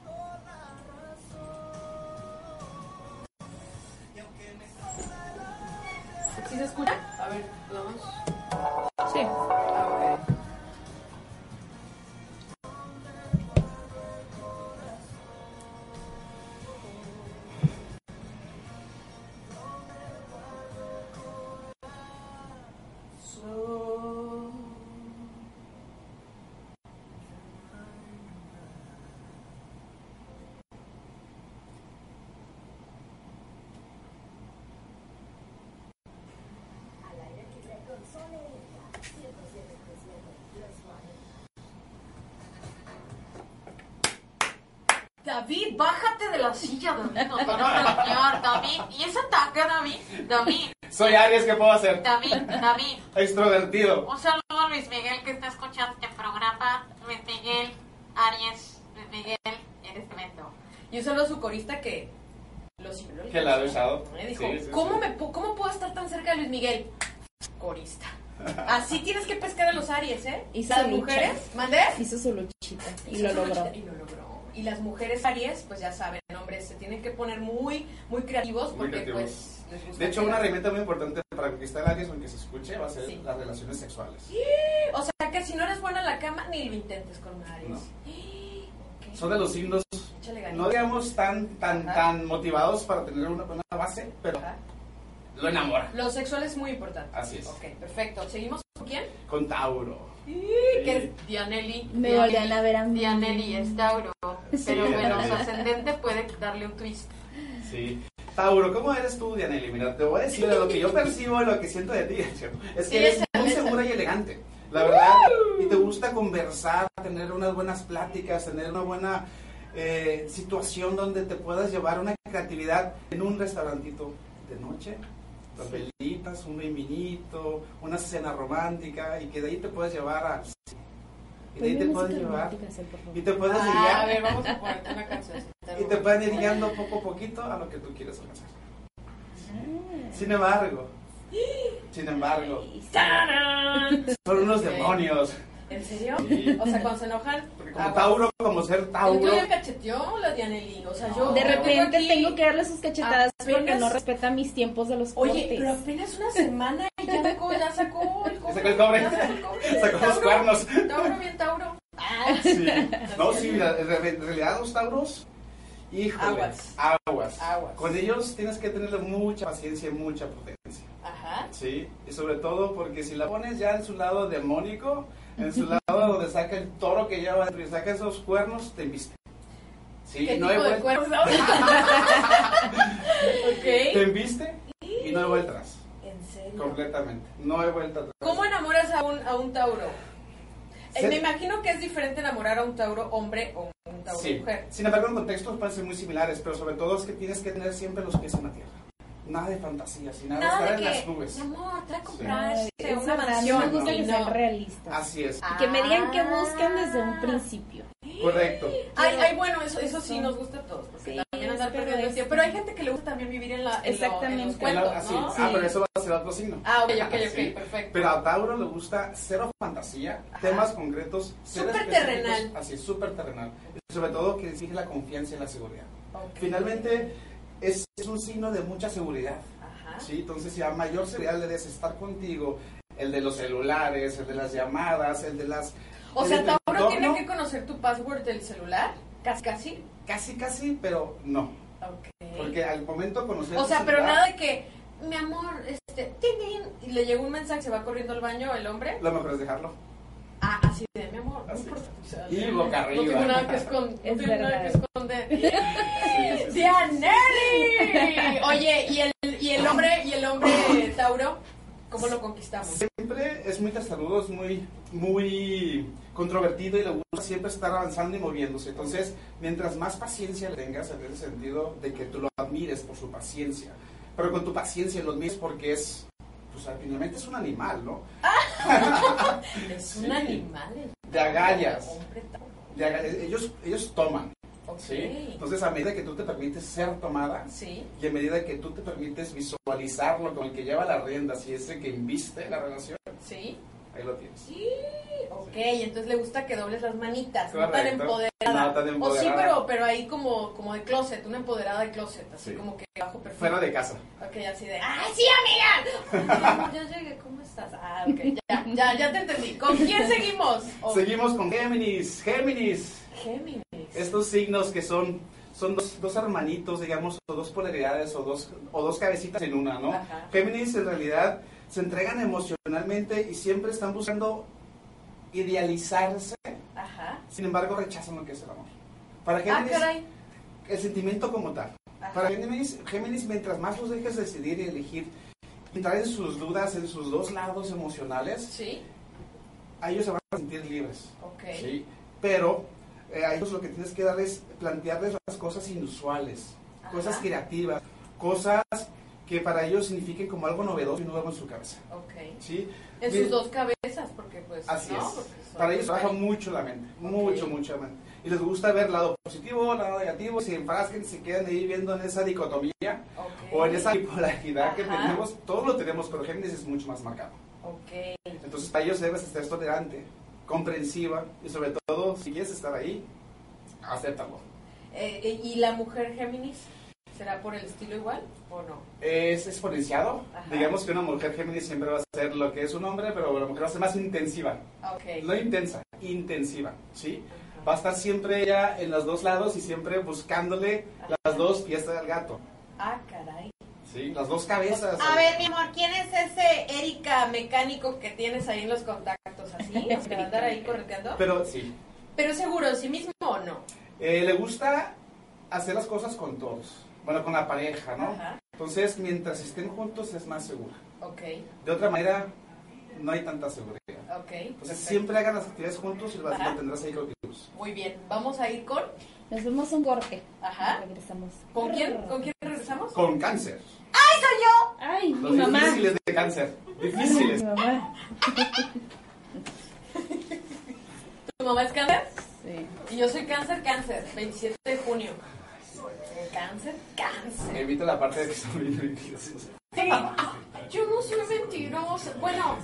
Speaker 2: ¿Sí se escucha? A ver, vamos.
Speaker 6: Sí.
Speaker 2: Ah, ok. David, bájate de la silla, David, nos van a regañar, David. ¿Y ese ataque, David? David,
Speaker 3: Soy Aries, ¿qué puedo hacer?
Speaker 7: David, David,
Speaker 3: Extrovertido.
Speaker 2: Oh,
Speaker 7: un saludo a Luis Miguel que está escuchando este programa. Luis Miguel, Aries, Luis Miguel, eres tremendo.
Speaker 2: Y un saludo a su corista que lo simuló.
Speaker 3: Que la ha besado.
Speaker 2: Me dijo,
Speaker 3: Sí, sí,
Speaker 2: ¿cómo,
Speaker 3: sí.
Speaker 2: me pu- ¿cómo puedo estar tan cerca de Luis Miguel? Corista. Así tienes que pescar a los Aries, ¿eh?
Speaker 6: Y
Speaker 2: las
Speaker 6: su lucha.
Speaker 2: mujeres, ¿mandé?
Speaker 6: Hizo su luchita y lo logró.
Speaker 2: Y lo logró. Y las mujeres Aries, pues ya saben, hombres, se tienen que poner muy, muy creativos
Speaker 3: Muy
Speaker 2: porque
Speaker 3: creativos.
Speaker 2: pues les gusta
Speaker 3: De hecho,
Speaker 2: que-
Speaker 3: una herramienta muy importante para conquistar a Aries, aunque se escuche, va a ser
Speaker 2: Sí.
Speaker 3: las relaciones sexuales.
Speaker 2: O sea, que si no eres buena en la cama, ni lo intentes con un Aries.
Speaker 3: No.
Speaker 2: Ok.
Speaker 3: Son de los signos,
Speaker 2: Échale ganas.
Speaker 3: no digamos tan, tan,
Speaker 2: Ajá.
Speaker 3: tan motivados para tener una, buena base, pero
Speaker 2: Ajá.
Speaker 3: lo enamora.
Speaker 2: Lo sexual es muy importante.
Speaker 3: Así es.
Speaker 2: Ok, perfecto. ¿Seguimos con quién?
Speaker 3: Con Tauro.
Speaker 2: Que es Dianelli.
Speaker 4: Me
Speaker 2: Dianelli.
Speaker 4: volvían a ver a mí.
Speaker 7: Dianelli es Tauro, pero
Speaker 3: Sí,
Speaker 7: bueno, su
Speaker 3: Dianelli.
Speaker 7: ascendente puede darle un twist.
Speaker 3: Sí. Tauro, ¿cómo eres tú, Dianelli? Mira, te voy a decir de lo que yo percibo y lo que siento de ti, Nacho. Es que
Speaker 2: Sí,
Speaker 3: eres
Speaker 2: esa,
Speaker 3: muy
Speaker 2: esa.
Speaker 3: segura y elegante, la verdad. Y te gusta conversar, tener unas buenas pláticas, tener una buena eh, situación donde te puedas llevar una creatividad en un restaurantito de noche. Las velitas, un buen vinito, una cena romántica y que de ahí te puedes llevar a... Y
Speaker 2: Pues
Speaker 3: de ahí te
Speaker 6: Ponle
Speaker 3: puedes
Speaker 6: música
Speaker 3: llevar...
Speaker 6: romántica, sí, por favor.
Speaker 3: Y te puedes
Speaker 2: Ah,
Speaker 3: guiar
Speaker 2: a ver, vamos a ponerte una canción.
Speaker 3: y te pueden ir guiando poco a poquito a lo que tú quieres alcanzar.
Speaker 2: Ah.
Speaker 3: Sin embargo, sin embargo, son unos demonios
Speaker 2: ¿En serio?
Speaker 3: Sí.
Speaker 2: O sea, cuando se enojan.
Speaker 3: Porque
Speaker 2: ah,
Speaker 3: como Tauro, como ser
Speaker 2: Yo
Speaker 3: Tauro.
Speaker 2: le cacheteó la Dianelli. O sea, yo.
Speaker 4: De repente
Speaker 2: aquí-
Speaker 4: tengo Ah, que darle sus cachetadas
Speaker 2: apenas-
Speaker 4: porque no respeta mis tiempos de los cortes.
Speaker 2: Oye, pero apenas una semana y ya, me co- ya sacó el cobre.
Speaker 3: Sacó el cobre.
Speaker 2: Ya sacó el cobre.
Speaker 3: Sacó los
Speaker 2: Tauro,
Speaker 3: cuernos.
Speaker 2: Tauro, bien Tauro.
Speaker 4: Ah.
Speaker 3: Sí. No, sí, la- en re- en realidad los Tauros, híjole,
Speaker 2: Aguas.
Speaker 3: aguas.
Speaker 2: Aguas.
Speaker 3: Con ellos tienes que tenerle mucha paciencia y mucha potencia.
Speaker 2: Ajá.
Speaker 3: Sí, y sobre todo porque si la pones ya en su lado demónico, en su lado donde saca el toro que lleva dentro y saca esos cuernos, te embiste. Sí,
Speaker 2: ¿Qué
Speaker 3: no hay
Speaker 2: tipo de
Speaker 3: vuelta.
Speaker 2: cuernos ok.
Speaker 3: Te embiste y no hay vuelta atrás,
Speaker 2: ¿En serio?
Speaker 3: completamente. No hay vuelta atrás.
Speaker 2: ¿Cómo enamoras a un, a un Tauro? Eh,
Speaker 3: Se-
Speaker 2: me imagino que es diferente enamorar a un Tauro hombre o un Tauro
Speaker 3: Sí.
Speaker 2: mujer.
Speaker 3: Sin embargo, en contextos pueden ser muy similares, pero sobre todo es que tienes que tener siempre los pies en la tierra. Nada de fantasías y nada,
Speaker 2: Nada
Speaker 3: de
Speaker 2: de
Speaker 3: estar en las
Speaker 2: que,
Speaker 3: nubes.
Speaker 2: mi amor, te voy a comprar
Speaker 4: Ay,
Speaker 2: este,
Speaker 4: esa
Speaker 2: una
Speaker 4: verdad,
Speaker 2: mansión.
Speaker 4: Me gusta que
Speaker 2: Y
Speaker 4: sean
Speaker 2: no.
Speaker 4: realistas.
Speaker 3: Así es,
Speaker 2: Ah.
Speaker 4: Y que me digan que buscan desde un principio.
Speaker 3: correcto.
Speaker 2: Ay, ay, bueno, eso, eso sí nos gusta a todos. Porque
Speaker 4: Sí,
Speaker 2: también andar
Speaker 4: pero
Speaker 2: perdiendo el
Speaker 4: es-
Speaker 2: tiempo. Pero hay gente que le gusta también vivir en, la, en, lo- en los
Speaker 4: Exactamente.
Speaker 3: Bueno,
Speaker 2: cuentos,
Speaker 3: así,
Speaker 2: ¿no?
Speaker 3: Ah, pero eso va a ser otro signo.
Speaker 2: Ah, ok, ok, ok,
Speaker 3: Sí.
Speaker 2: perfecto.
Speaker 3: Pero a Tauro le gusta cero fantasía, temas concretos, ser
Speaker 2: Súper
Speaker 3: específicos,
Speaker 2: terrenal.
Speaker 3: Así, súper terrenal. Y sobre todo que exige la confianza y la seguridad.
Speaker 2: Ok.
Speaker 3: Finalmente, es, es un signo de mucha seguridad.
Speaker 2: Ajá.
Speaker 3: ¿sí? Entonces, si a mayor seguridad le des estar contigo, el de los celulares, el de las llamadas, el de las.
Speaker 2: O
Speaker 3: el
Speaker 2: sea,
Speaker 3: de tu
Speaker 2: Tauro tiene
Speaker 3: entorno,
Speaker 2: que conocer tu password del celular. Casi, casi.
Speaker 3: Casi, casi, pero no.
Speaker 2: Ok.
Speaker 3: Porque al momento conocer.
Speaker 2: O
Speaker 3: tu
Speaker 2: sea, pero
Speaker 3: celular,
Speaker 2: nada de que, mi amor, este, tin, tin, y le llegó un mensaje, se va corriendo al baño el hombre.
Speaker 3: Lo mejor es dejarlo.
Speaker 2: Ah, así de, mi amor, no
Speaker 3: Así.
Speaker 2: importa. o sea,
Speaker 3: Y boca
Speaker 2: No
Speaker 3: arriba.
Speaker 2: tengo nada que esconder.
Speaker 4: Es
Speaker 2: no tengo nada que
Speaker 4: verdad.
Speaker 2: esconder.
Speaker 3: Sí, sí, sí.
Speaker 2: ¡Dianelli! Oye, ¿y el, y el hombre, y el hombre Tauro, ¿cómo lo conquistamos?
Speaker 3: Siempre es muy testarudo, es muy, muy controvertido y le gusta siempre estar avanzando y moviéndose. Entonces, mientras más paciencia le tengas en el sentido de que tú lo admires por su paciencia, pero con tu paciencia lo admires porque es, pues finalmente es un animal, ¿no?
Speaker 2: Es
Speaker 3: Sí.
Speaker 2: un animal. el
Speaker 3: De agallas.
Speaker 2: hombre Tauro.
Speaker 3: de aga- ellos, ellos toman,
Speaker 2: Ok.
Speaker 3: ¿sí? Entonces, a medida que tú te permites ser tomada
Speaker 2: Sí.
Speaker 3: y a medida que tú te permites visualizarlo con el que lleva las riendas y ese que inviste la relación,
Speaker 2: Sí.
Speaker 3: ahí lo tienes.
Speaker 2: Sí, ok, entonces le gusta que dobles las manitas, no tan
Speaker 3: Correcto.
Speaker 2: empoderada.
Speaker 3: No tan
Speaker 2: O sí,
Speaker 3: empoderada.
Speaker 2: pero, pero ahí como, como de closet, una empoderada de closet, así
Speaker 3: Sí.
Speaker 2: como que bajo perfil.
Speaker 3: Fuera de casa.
Speaker 2: Ok, así de, ¡ay, sí, amiga! Yo llegué, ¿cómo estás? Ah, ok, ya, ya, ya te entendí. ¿Con quién seguimos? O-
Speaker 3: Seguimos con Géminis. Géminis.
Speaker 2: Géminis.
Speaker 3: Estos signos que son, son dos, dos hermanitos, digamos, o dos polaridades, o dos, o dos cabecitas en una, ¿no?
Speaker 2: Ajá.
Speaker 3: Géminis en realidad se entregan emocionalmente y siempre están buscando idealizarse,
Speaker 2: Ajá.
Speaker 3: sin embargo rechazan lo que es el amor. Para
Speaker 2: Ah,
Speaker 3: Géminis,
Speaker 2: caray.
Speaker 3: el sentimiento como tal.
Speaker 2: Ajá.
Speaker 3: Para Géminis, Géminis, mientras más los dejes decidir y elegir, entrar en sus dudas, en sus dos lados emocionales,
Speaker 2: Sí,
Speaker 3: a ellos se van a sentir libres.
Speaker 2: ok.
Speaker 3: Sí, pero eh, a ellos lo que tienes que dar es plantearles las cosas inusuales,
Speaker 2: Ajá.
Speaker 3: cosas creativas, cosas que para ellos signifiquen como algo novedoso y nuevo en su cabeza.
Speaker 2: Ok.
Speaker 3: ¿sí?
Speaker 2: En
Speaker 3: Bien,
Speaker 2: sus dos cabezas, porque pues.
Speaker 3: Así
Speaker 2: ¿no?
Speaker 3: es.
Speaker 2: Porque son-
Speaker 3: Para ellos trabaja mucho la mente, mucho, mucho la mente. Y les gusta ver lado positivo, lado negativo, se enfrasquen, se quedan ahí viendo en esa dicotomía
Speaker 2: Ok.
Speaker 3: o en esa bipolaridad que
Speaker 2: Ajá.
Speaker 3: tenemos. Todos lo tenemos, pero Géminis es mucho más marcado.
Speaker 2: Ok. Eh,
Speaker 3: Entonces para ellos debes estar tolerante, comprensiva y sobre todo, si quieres estar ahí, acéptalo.
Speaker 2: Eh, eh, ¿Y la mujer Géminis? ¿Será por el estilo igual o no?
Speaker 3: Es exponenciado.
Speaker 2: Ajá.
Speaker 3: Digamos que una mujer Géminis siempre va a ser lo que es un hombre, pero la mujer va a ser más intensiva.
Speaker 2: Ok.
Speaker 3: No intensa, intensiva, ¿sí? Va a estar siempre ella en los dos lados y siempre buscándole las dos piezas del gato,
Speaker 2: Ah, caray.
Speaker 3: ¿sí? Las dos cabezas.
Speaker 2: A ver, mi amor, ¿quién es ese Erika mecánico que tienes ahí en los contactos? ¿Así? ¿O sea, andar ahí correteando?
Speaker 3: Pero sí,
Speaker 2: Pero seguro, ¿en sí mismo o no?
Speaker 3: Eh, le gusta hacer las cosas con todos. Bueno, con la pareja, ¿no?
Speaker 2: Ajá.
Speaker 3: Entonces, mientras estén juntos es más segura.
Speaker 2: Ok,
Speaker 3: De otra manera, no hay tanta seguridad. Entonces,
Speaker 2: ok. perfecto.
Speaker 3: siempre hagan las actividades juntos y las
Speaker 2: Ajá.
Speaker 3: mantendrás ahí cautivos.
Speaker 2: Muy bien, vamos a ir con...
Speaker 4: Nos vemos un corte.
Speaker 2: Ajá.
Speaker 4: Regresamos.
Speaker 2: ¿Con quién, ¿con quién regresamos?
Speaker 3: Con cáncer.
Speaker 4: Ay,
Speaker 3: Los
Speaker 4: mi mamá.
Speaker 3: difíciles de cáncer.
Speaker 4: Mi
Speaker 3: Difíciles.
Speaker 4: mamá.
Speaker 2: ¿Tu mamá es cáncer?
Speaker 4: Sí.
Speaker 2: Y yo soy cáncer, cáncer. 27 de junio. Cáncer, cáncer.
Speaker 3: Evita la parte de que son bien mentirosos.
Speaker 2: Sí, yo no soy mentirosa. Bueno,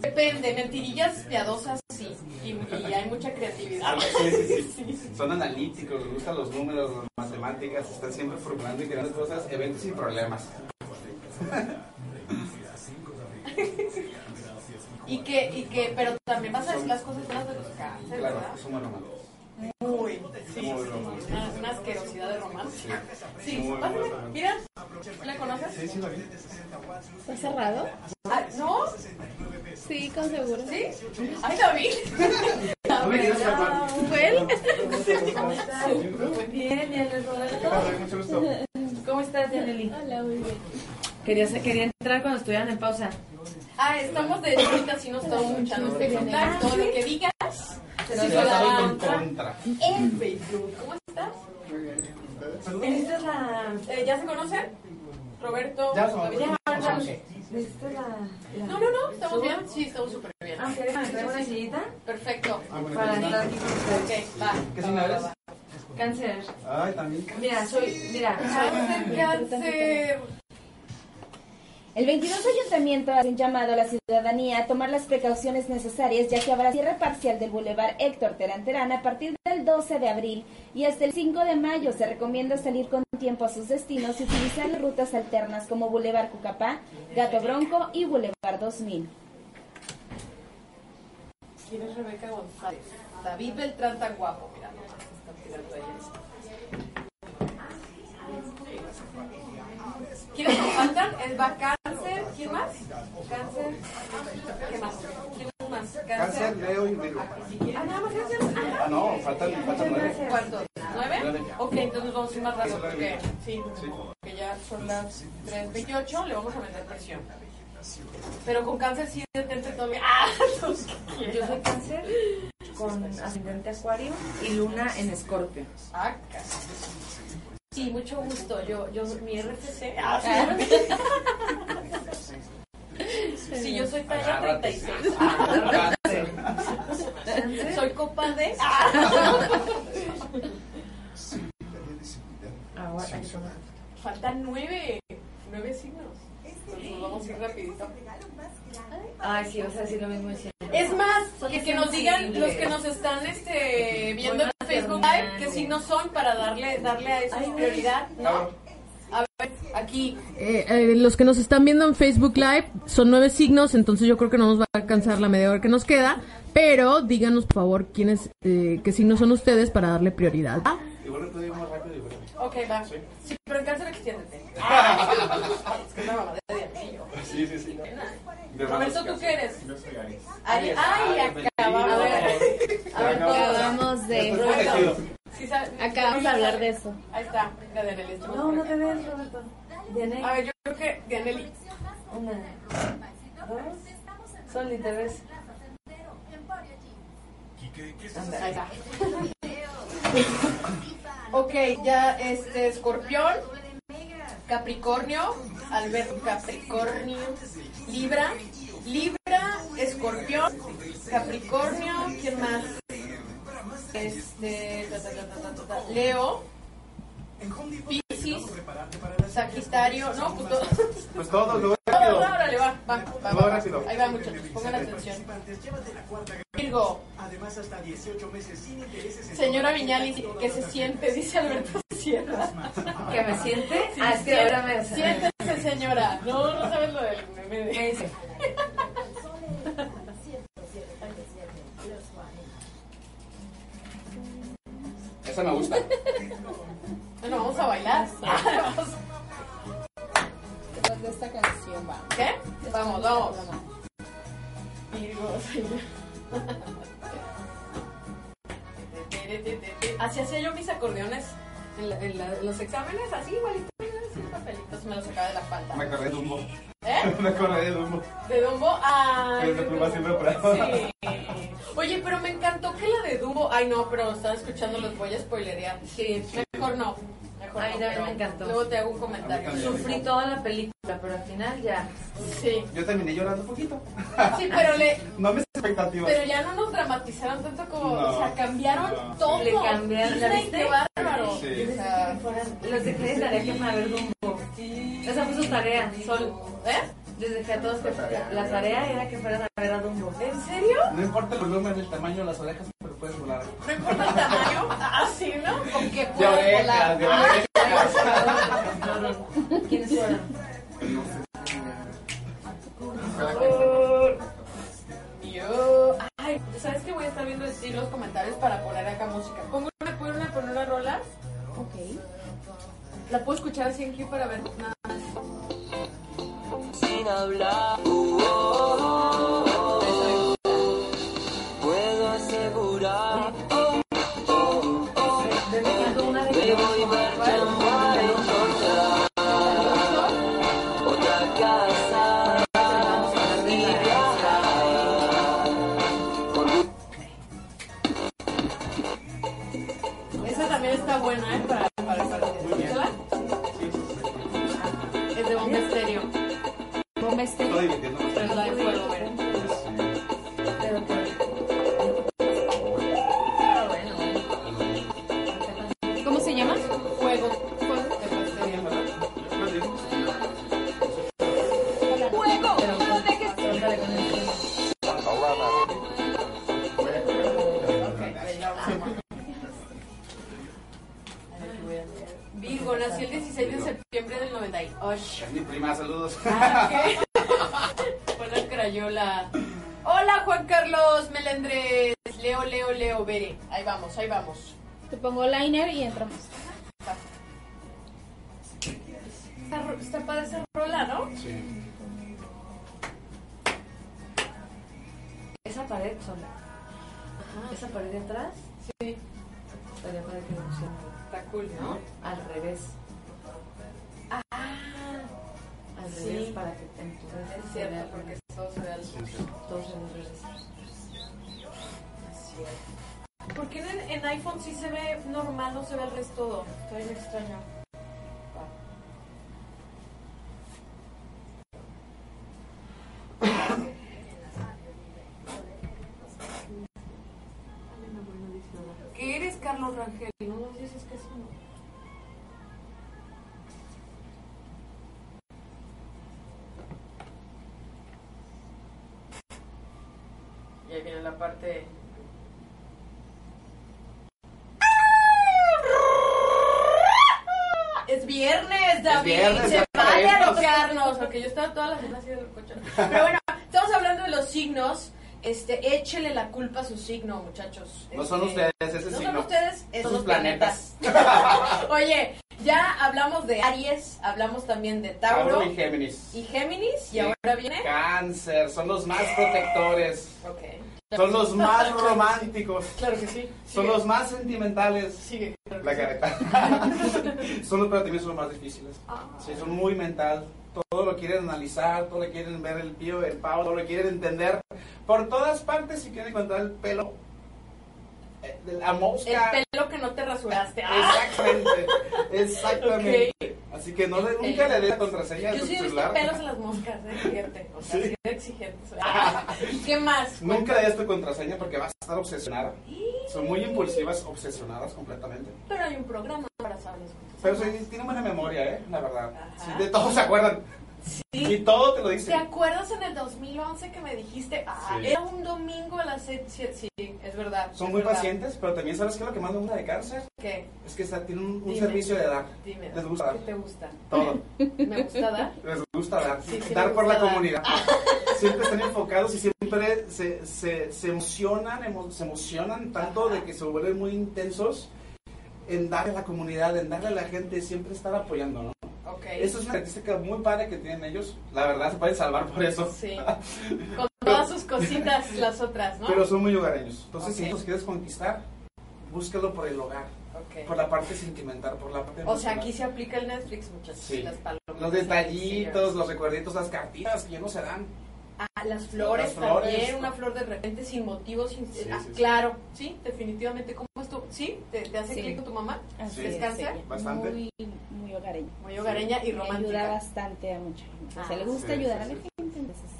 Speaker 2: depende, mentirillas piadosas Sí, y, y hay mucha creatividad.
Speaker 3: Ah, Sí, sí, sí. Son analíticos, les gustan los números, las matemáticas, están siempre formulando y creando cosas, eventos y problemas.
Speaker 2: Y que, y que, pero también vas a decir las cosas buenas de los cánceres,
Speaker 3: Claro,
Speaker 2: ¿verdad?
Speaker 3: es un romance.
Speaker 2: Muy, sí,
Speaker 3: Muy
Speaker 2: sí,
Speaker 3: romántico.
Speaker 2: sí, una, una asquerosidad de romance. Sí,
Speaker 3: Muy
Speaker 2: pásale,
Speaker 3: romántico.
Speaker 2: mira, ¿la conoces?
Speaker 3: Sí, sí, lo vi.
Speaker 4: ¿Está cerrado?
Speaker 2: Ah, ¿No? Ah,
Speaker 4: Sí, con seguro.
Speaker 2: ¿Sí? ¡Ay, David!
Speaker 3: No me quieres salvar.
Speaker 2: ¿Fue él? Muy bien, Diana
Speaker 3: ¿Qué
Speaker 2: Roberto.
Speaker 3: pasa? Mucho gusto.
Speaker 6: ¿Cómo estás, Yaneli?
Speaker 4: Hola, muy bien.
Speaker 6: Quería, quería entrar cuando estuvieran en pausa.
Speaker 2: Ah, estamos de cita, si no estamos luchando este
Speaker 4: Ah,
Speaker 2: contacto. Todo lo que digas, se nos
Speaker 3: Ya saben,
Speaker 2: da
Speaker 3: en contra.
Speaker 2: en Facebook. ¿Cómo estás? Esta es la... eh, ¿Ya se conocen? Roberto.
Speaker 3: Ya
Speaker 2: David.
Speaker 3: somos.
Speaker 2: ya, ya. No, no, no, estamos bien. Sí, estamos súper bien.
Speaker 6: Ah, ¿quieres entrar una sillita?
Speaker 2: Perfecto.
Speaker 3: Ah,
Speaker 6: Para entrar aquí con
Speaker 2: Ok,
Speaker 6: ustedes.
Speaker 2: va.
Speaker 3: ¿Qué
Speaker 2: va,
Speaker 3: signo
Speaker 2: va,
Speaker 3: eres?
Speaker 2: va.
Speaker 6: Cáncer.
Speaker 3: Ay, también.
Speaker 6: Mira, soy, mira,
Speaker 2: Cáncer, cáncer.
Speaker 8: El 22 Ayuntamiento hace un llamado a la ciudadanía a tomar las precauciones necesarias ya que habrá cierre parcial del Boulevard Héctor Terán Terán a partir del 12 de abril y hasta el 5 de mayo se recomienda salir con tiempo a sus destinos y utilizar las rutas alternas como Boulevard Cucapá, Gato Bronco y Boulevard 2000.
Speaker 2: ¿Quién es Rebeca González? David Beltrán tan guapo, mira. nomás, está tirando ahí. ¿Quiénes nos faltan? El va cáncer. ¿Quién más? Cáncer. ¿Qué más? ¿Quién más?
Speaker 3: Cáncer,
Speaker 2: Cáncer.
Speaker 3: Leo y Virgo.
Speaker 2: Ah, nada más cáncer. Ah,
Speaker 3: Ah, no, faltan, faltan nueve.
Speaker 2: ¿Cuántos? ¿Nueve?
Speaker 3: Nueve.
Speaker 2: Ok, entonces vamos a ir más rápido
Speaker 3: Eso es lo
Speaker 2: porque
Speaker 3: que-
Speaker 2: sí,
Speaker 3: Sí.
Speaker 2: que ya son las 3.28, le vamos a meter presión. Pero con cáncer sí detente todavía. ¡Ah! Los que
Speaker 6: yo soy cáncer con ascendente acuario y luna en escorpio.
Speaker 2: Ah, casi. Sí, mucho gusto. Yo, yo, mi RFC.
Speaker 6: Ah.
Speaker 2: Sí, yo soy talla 36.
Speaker 3: Cáncer.
Speaker 2: Soy copa de. Ah.
Speaker 6: Ahora,
Speaker 2: Faltan nueve. Nueve signos. Entonces nos vamos a ir rapidito.
Speaker 6: ay, sí, vas a decir lo mismo. de siempre.
Speaker 2: Es más, que, que nos digan los que nos están este, viendo en Facebook Live qué signos son para darle, darle a eso prioridad. ¿no? A ver, aquí.
Speaker 9: Eh, eh, los que nos están viendo en Facebook Live son nueve signos, entonces yo creo que no nos va a alcanzar la media hora que nos queda. Pero díganos, por favor, quiénes, eh, qué signos son ustedes para darle prioridad.
Speaker 3: Y bueno, tú digo más rápido y bueno.
Speaker 2: Ah, Ok, va. Sí, pero en cáncer extiéndete. Ah, Es que es una mamada de anillo.
Speaker 3: Sí, sí, sí. Mi hermano
Speaker 2: Roberto, ¿tú
Speaker 3: es
Speaker 2: qué
Speaker 3: cáncer.
Speaker 2: eres?
Speaker 5: Yo soy Aries.
Speaker 2: Ay, ay, acabamos. A ver, a ver, todos.
Speaker 8: Acabamos de...
Speaker 2: Roberto. Sí, sabe-
Speaker 8: Acabamos de hablar de eso.
Speaker 2: Ahí está, la de Nelly.
Speaker 6: No, no te ves, Roberto. Dianel,
Speaker 2: A ver, yo creo que de Nelly.
Speaker 6: una, dos, Soli, te ves.
Speaker 2: Ahí está. Ok, ya, este, escorpión, capricornio, Alberto, capricornio, libra, libra, escorpión, capricornio, ¿quién más? Este, ta, ta, ta, ta, ta, ta, leo, piscis, sagitario, no, pues todo.
Speaker 3: Pues todos, lo voy a
Speaker 2: No, no,
Speaker 3: rápido.
Speaker 2: órale, va, va, va,
Speaker 3: Va
Speaker 2: va,
Speaker 3: rápido.
Speaker 2: Ahí va, muchachos, pongan atención. Virgo,
Speaker 5: Además, hasta 18 meses sin intereses en
Speaker 2: señora Viñalis, ¿qué se siente? Dice Alberto Sierra.
Speaker 6: ¿Que me siente?
Speaker 2: Sí,
Speaker 6: Ah, es que ahora me...
Speaker 2: Siéntese, señora. No, no sabes lo del meme de-
Speaker 6: me dice,
Speaker 3: Esa me gusta.
Speaker 2: Bueno, vamos a bailar.
Speaker 8: de esta canción va.
Speaker 2: ¿Qué? Vamos, vamos. Virgo, señora. Así hacía yo mis acordeones en, la- en la- en los exámenes, así igualito. así, papelitos, Me los sacaba de la
Speaker 3: Me
Speaker 2: falda.
Speaker 3: acordé de Dumbo.
Speaker 2: ¿Eh?
Speaker 3: Me acordé de Dumbo.
Speaker 2: De Dumbo a.
Speaker 3: Que es de pluma siempre
Speaker 2: Sí.
Speaker 3: operado.
Speaker 2: Oye, pero me encantó que la de Dumbo. Ay, no, pero estaba escuchando, los voy a spoilerear. Sí, mejor no. Mejor
Speaker 6: A mí
Speaker 2: no,
Speaker 6: también
Speaker 2: pero
Speaker 6: me encantó.
Speaker 2: Luego te hago un
Speaker 3: A
Speaker 2: comentario.
Speaker 3: mí también.
Speaker 6: Sufrí toda la película, pero al final ya.
Speaker 2: Sí.
Speaker 3: Yo terminé llorando un poquito.
Speaker 2: Sí, pero, le,
Speaker 3: No mis expectativas.
Speaker 2: pero ya no nos dramatizaron tanto como.
Speaker 3: No.
Speaker 2: o sea, cambiaron
Speaker 3: No.
Speaker 2: todo.
Speaker 6: Le cambiaron, ¿la
Speaker 2: Disney,
Speaker 6: viste?
Speaker 2: qué bárbaro.
Speaker 3: Sí.
Speaker 2: O sea, fueran-
Speaker 6: Los dejé de tarea que me haber Dumbo. Esa fue su tarea, Sol.
Speaker 2: ¿Eh? Les dejé a todos que la tarea era que fueran a ver a Dumbo. ¿En serio?
Speaker 3: No importa el volumen, el tamaño, las orejas, pero puedes volar.
Speaker 2: No importa el tamaño. Así, ¿no? Porque
Speaker 3: De
Speaker 2: puede
Speaker 3: orejas,
Speaker 2: volar.
Speaker 3: de orejas.
Speaker 2: ¿Quiénes fueron? Yo. Ay, ¿sabes qué? Voy a estar viendo así los comentarios para poner acá música. Pongo una, pongo una, pongo una rola.
Speaker 4: Ok.
Speaker 2: La puedo escuchar así en Q para ver nada más.
Speaker 10: sin hablar. Puedo asegurar que voy a verte voy a encontrar otra casa y viajar.
Speaker 2: Esa también está buena, ¿eh? Para, para, para. ¿Escúchala? Es de Bomba Estéreo.
Speaker 4: Bomba este.
Speaker 3: Estoy divirtiéndome.
Speaker 2: Pero la de fuego, ¿eh? Ah, bueno.
Speaker 4: ¿Cómo se llama?
Speaker 2: Fuego. Fuego de Bomba Estéreo.
Speaker 4: ¡Fuego! ¡No dejes!
Speaker 2: Ándale con el tema. Virgo, nació el 16 de septiembre del 98.
Speaker 3: Es mi prima, saludos.
Speaker 2: Ah, ok. Hola, Crayola. Hola, Juan Carlos Melendres. Leo, Leo, Leo, Bere. Ahí vamos, ahí vamos.
Speaker 4: Te pongo liner y entramos.
Speaker 2: Está, ro- está padre esa rola, ¿no?
Speaker 3: Sí.
Speaker 2: Esa pared sola. Ajá. Esa pared de atrás. Sí. Estaría padre que no Está cool, ¿no? Al revés. Ah. Al revés para que te entonces es cierto, porque todo se ve al Todo se ve al revés. Así es. ¿Por qué en, en iPhone sí se ve normal, no se ve al resto todo? Estoy bien extraño. ¿Qué eres, Carlos Rangel? No nos dices que es uno. Y ahí viene la parte. Es viernes, David.
Speaker 3: viernes,
Speaker 2: Se
Speaker 3: ya
Speaker 2: vale
Speaker 3: sabemos.
Speaker 2: alocarnos. Porque yo estaba toda la semana haciendo el coche. Pero bueno, estamos hablando de los signos. Este, échele la culpa a su signo, muchachos.
Speaker 3: No son
Speaker 2: Este,
Speaker 3: ustedes, ese
Speaker 2: no son
Speaker 3: signo.
Speaker 2: ustedes,
Speaker 3: Son
Speaker 2: son
Speaker 3: sus
Speaker 2: los planetas. Oye, ya hablamos de Aries, hablamos también de Tauro
Speaker 3: Tauro y Géminis.
Speaker 2: y Géminis, y
Speaker 3: Sí.
Speaker 2: ahora viene.
Speaker 3: Cáncer, son los más protectores.
Speaker 2: Ok.
Speaker 3: Son los más románticos.
Speaker 2: Claro que sí.
Speaker 3: Son los más sentimentales.
Speaker 2: Sigue.
Speaker 3: La careta. son los, pero también son los más difíciles.
Speaker 2: Ah.
Speaker 3: Sí, son muy mental. Todo lo quieren analizar, todo lo quieren ver el pío, el pavo, todo lo quieren entender. Por todas partes si quieren encontrar el pelo. eh, de La mosca.
Speaker 2: El pelo que no te rasuraste. Ah,
Speaker 3: Exactamente. Exactamente. Así que no le, nunca le des contraseña a
Speaker 2: Yo
Speaker 3: tu
Speaker 2: sí he visto
Speaker 3: celular.
Speaker 2: pelos en las moscas, eh, fíjate. O sea,
Speaker 3: Sí.
Speaker 2: sí de exigente soy. Ah, ¿Qué más?
Speaker 3: Nunca le des tu contraseña porque vas a estar obsesionada. Son muy impulsivas, obsesionadas completamente.
Speaker 2: Pero hay un programa para saber eso.
Speaker 3: Pero sí, tiene buena memoria, ¿eh? La verdad.
Speaker 2: Ajá.
Speaker 3: Sí, de todo se acuerdan. Y todo te lo
Speaker 2: ¿Te
Speaker 3: dicen.
Speaker 2: acuerdas en el 2011 que me dijiste? Ah,
Speaker 3: Sí.
Speaker 2: era un domingo a las 7. Sí, es verdad.
Speaker 3: Son
Speaker 2: es
Speaker 3: muy
Speaker 2: verdad.
Speaker 3: pacientes, pero también sabes que lo que más me gusta de cáncer
Speaker 2: ¿Qué?
Speaker 3: es que está- tienen un, un
Speaker 2: Dime.
Speaker 3: servicio de dar.
Speaker 2: Dime.
Speaker 3: Les gusta
Speaker 2: ¿Qué
Speaker 3: dar.
Speaker 2: te gusta?
Speaker 3: Todo.
Speaker 2: ¿Me gusta dar?
Speaker 3: Les gusta dar.
Speaker 2: Sí, sí,
Speaker 3: dar
Speaker 2: me
Speaker 3: por
Speaker 2: gusta
Speaker 3: la
Speaker 2: dar.
Speaker 3: comunidad. Siempre están enfocados y siempre se, se, se emocionan, emo- se emocionan tanto de que se vuelven muy intensos en darle a la comunidad, en darle a la gente, siempre estar apoyando, ¿no?
Speaker 2: Ok.
Speaker 3: Eso es una característica muy padre que tienen ellos. La verdad, se pueden salvar por eso.
Speaker 2: Sí. Con todas sus cositas, las otras, ¿no?
Speaker 3: Pero son muy hogareños. Entonces,
Speaker 2: Ok.
Speaker 3: si los quieres conquistar, búscalo por el hogar,
Speaker 2: Ok.
Speaker 3: por la parte sentimental, por la parte
Speaker 2: O sea,
Speaker 3: emocional.
Speaker 2: aquí se aplica el Netflix, muchachos.
Speaker 3: Sí.
Speaker 2: Las palomas,
Speaker 3: Los detallitos, los recuerditos, las cartitas que ya no se dan.
Speaker 2: Ah, las flores
Speaker 3: Las flores.
Speaker 2: también. Una flor de repente sin motivo, sin.
Speaker 3: Sí,
Speaker 2: ah,
Speaker 3: sí, sí.
Speaker 2: claro. Sí, definitivamente. ¿Cómo es tu.? ¿Sí? ¿Te, te hace
Speaker 4: Sí. Ah,
Speaker 2: clic con tu mamá?
Speaker 4: Así
Speaker 3: Sí.
Speaker 4: es,
Speaker 2: Descansa.
Speaker 4: ella.
Speaker 3: Bastante.
Speaker 4: Muy, muy hogareña.
Speaker 2: Muy hogareña y
Speaker 4: Y ayuda
Speaker 2: romántica.
Speaker 4: bastante a mucha gente. o
Speaker 2: Ah,
Speaker 4: sea, le gusta
Speaker 3: sí,
Speaker 4: ayudar
Speaker 3: sí,
Speaker 4: a la
Speaker 3: sí.
Speaker 4: gente. Entonces,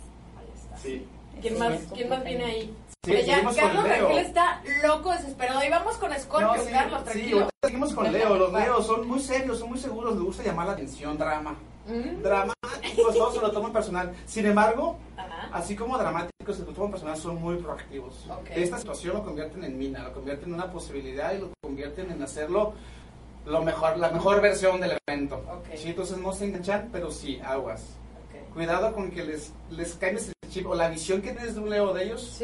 Speaker 2: Ahí está.
Speaker 3: Sí.
Speaker 2: ¿Quién
Speaker 4: eso
Speaker 2: más,
Speaker 4: es
Speaker 2: ¿Quién más viene ahí?
Speaker 3: Sí,
Speaker 2: Oye, Pues ya,
Speaker 3: seguimos con
Speaker 2: Carlos
Speaker 3: Leo.
Speaker 2: Rangel está loco, desesperado. Ahí vamos con Scorpio,
Speaker 3: No, sí,
Speaker 2: Carlos,
Speaker 3: sí,
Speaker 2: tranquilo.
Speaker 3: ahorita seguimos con Leo. Los Leos son muy serios, son muy seguros, les gusta llamar la atención, drama.
Speaker 2: Mm.
Speaker 3: Dramáticos, Pues todos se lo toman personal. Sin embargo, así como dramáticos, se lo toman personal, son muy proactivos.
Speaker 2: Ok.
Speaker 3: Esta situación lo convierten en mina, lo convierten en una posibilidad y lo convierten en hacerlo lo mejor, la mejor versión del evento. Sí, entonces no se enganchan, pero sí, aguas. Cuidado con que les, les cambies el chip o la visión que tienes de un leo de ellos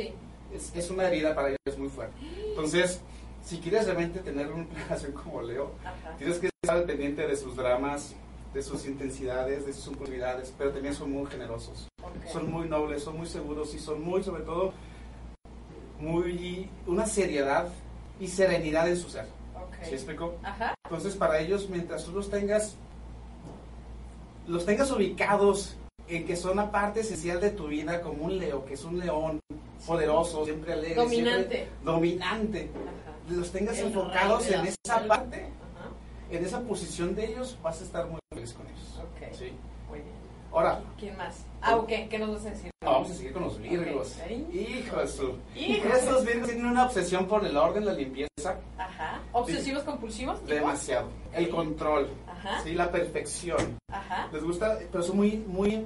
Speaker 3: es, es una herida para ellos muy fuerte. Entonces, si quieres realmente tener una relación como Leo, tienes que estar al pendiente de sus dramas, de sus intensidades, de sus oportunidades, pero también son muy generosos. Son muy nobles, son muy seguros y son muy, sobre todo, muy una seriedad y serenidad en su ser. ¿Sí explico?
Speaker 2: Ajá.
Speaker 3: Entonces, para ellos, mientras tú los tengas, los tengas ubicados en que son una parte esencial de tu vida, como un leo, que es un león poderoso, siempre alegre,
Speaker 2: Dominante.
Speaker 3: siempre dominante. Los tengas
Speaker 2: El
Speaker 3: enfocados
Speaker 2: rey de
Speaker 3: en
Speaker 2: la
Speaker 3: esa parte, en esa posición de ellos, vas a estar muy feliz con ellos.
Speaker 2: Ok.
Speaker 3: Sí.
Speaker 2: Muy bien.
Speaker 3: Ahora,
Speaker 2: ¿Quién más? Ah, ok, ¿qué nos vas a decir?
Speaker 3: Ah, Vamos a seguir con los virgos.
Speaker 2: Ok.
Speaker 3: Hijo de su.
Speaker 2: Hijo.
Speaker 3: Estos virgos tienen una obsesión por el orden, la limpieza,
Speaker 2: Ajá. ¿Obsesivos compulsivos? tipo?
Speaker 3: demasiado. El control,
Speaker 2: Ajá.
Speaker 3: sí, la perfección.
Speaker 2: Ajá.
Speaker 3: Les gusta, pero son muy, muy,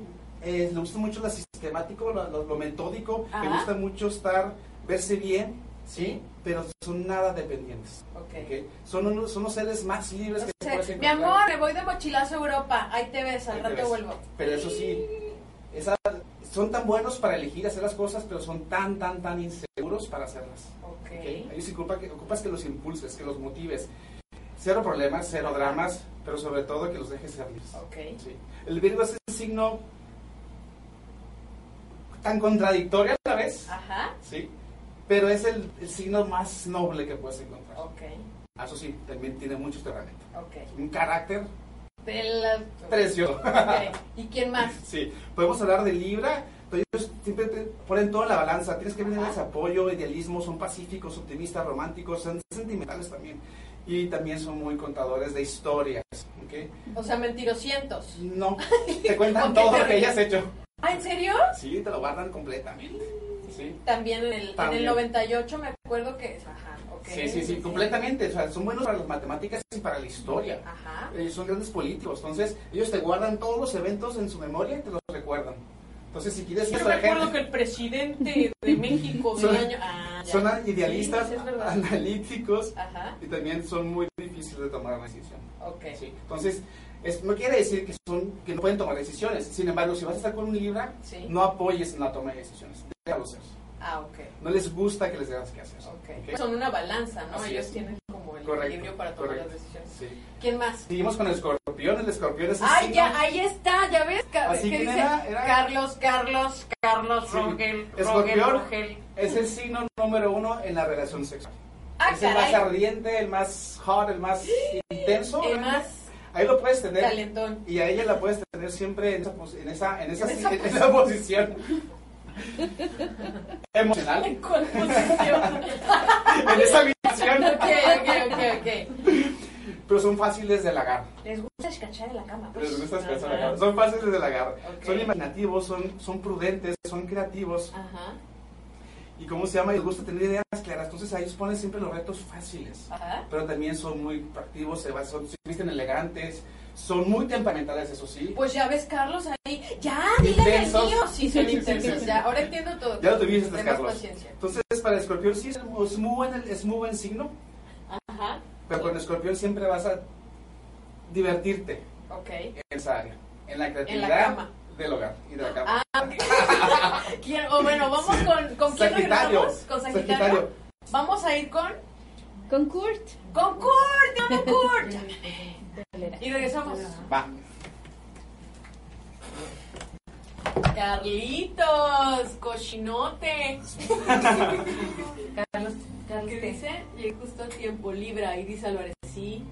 Speaker 3: eh, les gusta mucho lo sistemático, lo, lo- lo metódico.
Speaker 2: Ajá.
Speaker 3: Les gusta mucho estar, verse bien, sí, pero son nada dependientes.
Speaker 2: Ok.
Speaker 3: ¿ok? Son unos, son los seres más libres que
Speaker 2: O
Speaker 3: te
Speaker 2: sea,
Speaker 3: puedes
Speaker 2: mi
Speaker 3: encontrar.
Speaker 2: amor, me voy de mochilazo a Europa. Ahí te ves, al
Speaker 3: Ahí te
Speaker 2: rato
Speaker 3: ves.
Speaker 2: vuelvo.
Speaker 3: Pero eso sí, esa- son tan buenos para elegir hacer las cosas, pero son tan, tan, tan inseguros para hacerlas.
Speaker 2: Ok.
Speaker 3: ¿ok? Ellos se ocupan que, ocupas que los impulses, que los motives. Cero problemas, cero dramas, pero sobre todo que los dejes ser libres.
Speaker 2: Ok.
Speaker 3: Sí. El Virgo es un signo tan contradictorio a la vez,
Speaker 2: Ajá.
Speaker 3: ¿sí? pero es el, el signo más noble que puedes encontrar.
Speaker 2: Ok.
Speaker 3: Ah, Eso sí, también tiene muchos temperamentos.
Speaker 2: Ok.
Speaker 3: Un carácter
Speaker 2: De la-
Speaker 3: precioso.
Speaker 2: Ok. ¿Y quién más?
Speaker 3: Sí, podemos hablar de Libra, pero ellos siempre te ponen toda la balanza. Tienes que brindarles apoyo, idealismo, son pacíficos, optimistas, románticos, son sentimentales también. Y también son muy contadores de historias. ¿ok?
Speaker 2: O sea, mentirosientos.
Speaker 3: No, te cuentan
Speaker 2: Ok,
Speaker 3: todo lo
Speaker 2: pero-
Speaker 3: que hayas hecho.
Speaker 2: ¿Ah, en serio?
Speaker 3: Sí, te lo guardan completamente. Sí.
Speaker 2: También en el, en
Speaker 3: También.
Speaker 2: el 98 me acuerdo que es. Ajá, ok.
Speaker 3: Sí, sí, sí, completamente. O sea, son buenos para las matemáticas y para la historia.
Speaker 2: Ajá.
Speaker 3: Ellos son grandes políticos, entonces ellos te guardan todos los eventos en su memoria y te los recuerdan. Entonces, si quieres
Speaker 2: Yo
Speaker 3: que
Speaker 2: me
Speaker 3: la
Speaker 2: acuerdo
Speaker 3: gente-
Speaker 2: que el presidente de México del
Speaker 3: Son-
Speaker 2: año. Ah, ya.
Speaker 3: Son idealistas,
Speaker 2: Sí, sí, es verdad. Ah.
Speaker 3: analíticos
Speaker 2: Ajá.
Speaker 3: y también son muy difíciles de tomar una decisión.
Speaker 2: Ok.
Speaker 3: ¿sí? Entonces, es- no quiere decir que, son, que no pueden tomar decisiones. Sin embargo, si vas a estar con un Libra,
Speaker 2: Sí.
Speaker 3: no apoyes en la toma de decisiones. Déjalos ser.
Speaker 2: Ah, ok.
Speaker 3: No les gusta que les digas qué hacer.
Speaker 2: Pues Son una balanza, ¿no?
Speaker 3: Así
Speaker 2: Ellos
Speaker 3: es.
Speaker 2: tienen como el
Speaker 3: Correcto,
Speaker 2: equilibrio para tomar
Speaker 3: correcto.
Speaker 2: las decisiones.
Speaker 3: Sí.
Speaker 2: ¿Quién más?
Speaker 3: Seguimos con el escorpión. El escorpión es un
Speaker 2: Ay,
Speaker 3: signo-
Speaker 2: ya, ahí está, ya ves, Ca-
Speaker 3: Así
Speaker 2: ¿qué
Speaker 3: que
Speaker 2: dice?
Speaker 3: era- era-
Speaker 2: Carlos, Carlos, Carlos
Speaker 3: Sí.
Speaker 2: Rogel, Rogel,
Speaker 3: Escorpión
Speaker 2: Rogel.
Speaker 3: es el signo número uno en la relación sexual.
Speaker 2: Ah,
Speaker 3: es el
Speaker 2: caray.
Speaker 3: más ardiente, el más hot, el más intenso.
Speaker 2: El más
Speaker 3: Ahí lo puedes tener.
Speaker 2: talentón.
Speaker 3: Y a ella la puedes tener siempre en esa, pos- en esa, en esa,
Speaker 2: En esa
Speaker 3: en esa posición. Emocional.
Speaker 2: ¿En cuál posición?
Speaker 3: En esa visión.
Speaker 2: ok, ok, ok, ok.
Speaker 3: Pero son fáciles de halagar.
Speaker 2: Les gusta escachar en la cama. pues.
Speaker 3: Les gusta escasar
Speaker 2: Ajá.
Speaker 3: la cara. Son fáciles de halagar.
Speaker 2: Ok.
Speaker 3: Son imaginativos, son, son prudentes, son creativos.
Speaker 2: Ajá,
Speaker 3: Y cómo se llama, les gusta tener ideas claras. Entonces a ellos ponen siempre los retos fáciles.
Speaker 2: ajá.
Speaker 3: Pero también son muy proactivos, se, va- son, se visten elegantes, son muy temperamentales, eso sí.
Speaker 2: Pues ya ves, Carlos, ahí. Ya, dile al
Speaker 3: Intensos.
Speaker 2: mío. Sí, son
Speaker 3: Sí, sí, sí,
Speaker 2: intensos.
Speaker 3: sí.
Speaker 2: Ya, ahora entiendo todo.
Speaker 3: Ya lo tuviste,
Speaker 2: Ten más
Speaker 3: Carlos.
Speaker 2: paciencia.
Speaker 3: Entonces, para Escorpión sí es muy- es muy buen, es muy buen signo,
Speaker 2: Ajá,
Speaker 3: pero con Escorpión siempre vas a divertirte
Speaker 2: ok.
Speaker 3: en esa área, en la creatividad
Speaker 2: cama.
Speaker 3: del hogar y de la cama.
Speaker 2: Ah, ¿quién? O bueno, vamos con, ¿con quién
Speaker 3: Sagitario.
Speaker 2: regresamos? Con Sagitario.
Speaker 3: Sagitario.
Speaker 2: Vamos a ir con,
Speaker 4: Con Kurt.
Speaker 2: con Kurt, ¡Vamos, Kurt. y regresamos.
Speaker 3: Va.
Speaker 2: Carlitos, cochinote.
Speaker 6: Carlos, Carlos,
Speaker 2: ¿Qué
Speaker 6: ¿qué?
Speaker 2: dice? Llegué justo a tiempo, Libra. Y dice Álvarez, sí.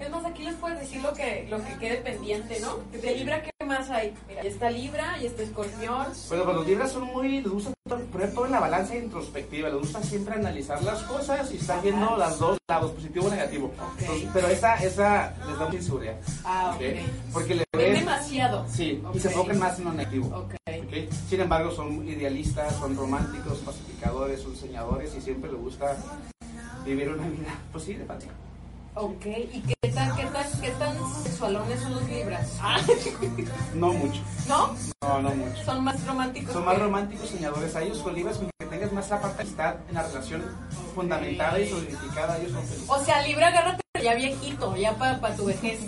Speaker 2: Es más, aquí les puedes decir lo que, lo que quede pendiente, ¿no? De Libra, ¿qué más hay? Mira, ya está Libra, y está Escorpión.
Speaker 3: Bueno, pues los libras son muy, les gusta poner todo en la balanza introspectiva, les gusta siempre analizar las cosas y estar viendo los dos lados, positivo o negativo. Entonces, pero esa, esa les da mucha inseguridad.
Speaker 2: Ah, ok.
Speaker 3: ¿ok? Porque le
Speaker 2: Ven
Speaker 3: ven,
Speaker 2: demasiado.
Speaker 3: sí, y se
Speaker 2: Ok.
Speaker 3: enfocan más en lo negativo.
Speaker 2: Ok.
Speaker 3: ¿ok? Sin embargo, son idealistas, son románticos, pacificadores, son soñadores y siempre les gusta vivir una vida, pues sí, de patria.
Speaker 2: Ok, ¿y qué tan, qué tan, qué tan sexualones son los libras?
Speaker 3: Ah. No mucho.
Speaker 2: ¿No?
Speaker 3: No, no mucho.
Speaker 2: Son más románticos.
Speaker 3: Son más
Speaker 2: que-
Speaker 3: románticos, soñadores. A ellos, Olivas, con que tengas más la parte de amistad en la relación fundamentada y solidificada, ellos son felices.
Speaker 2: O sea, Libra, agárrate pero ya viejito, ya para tu vejez.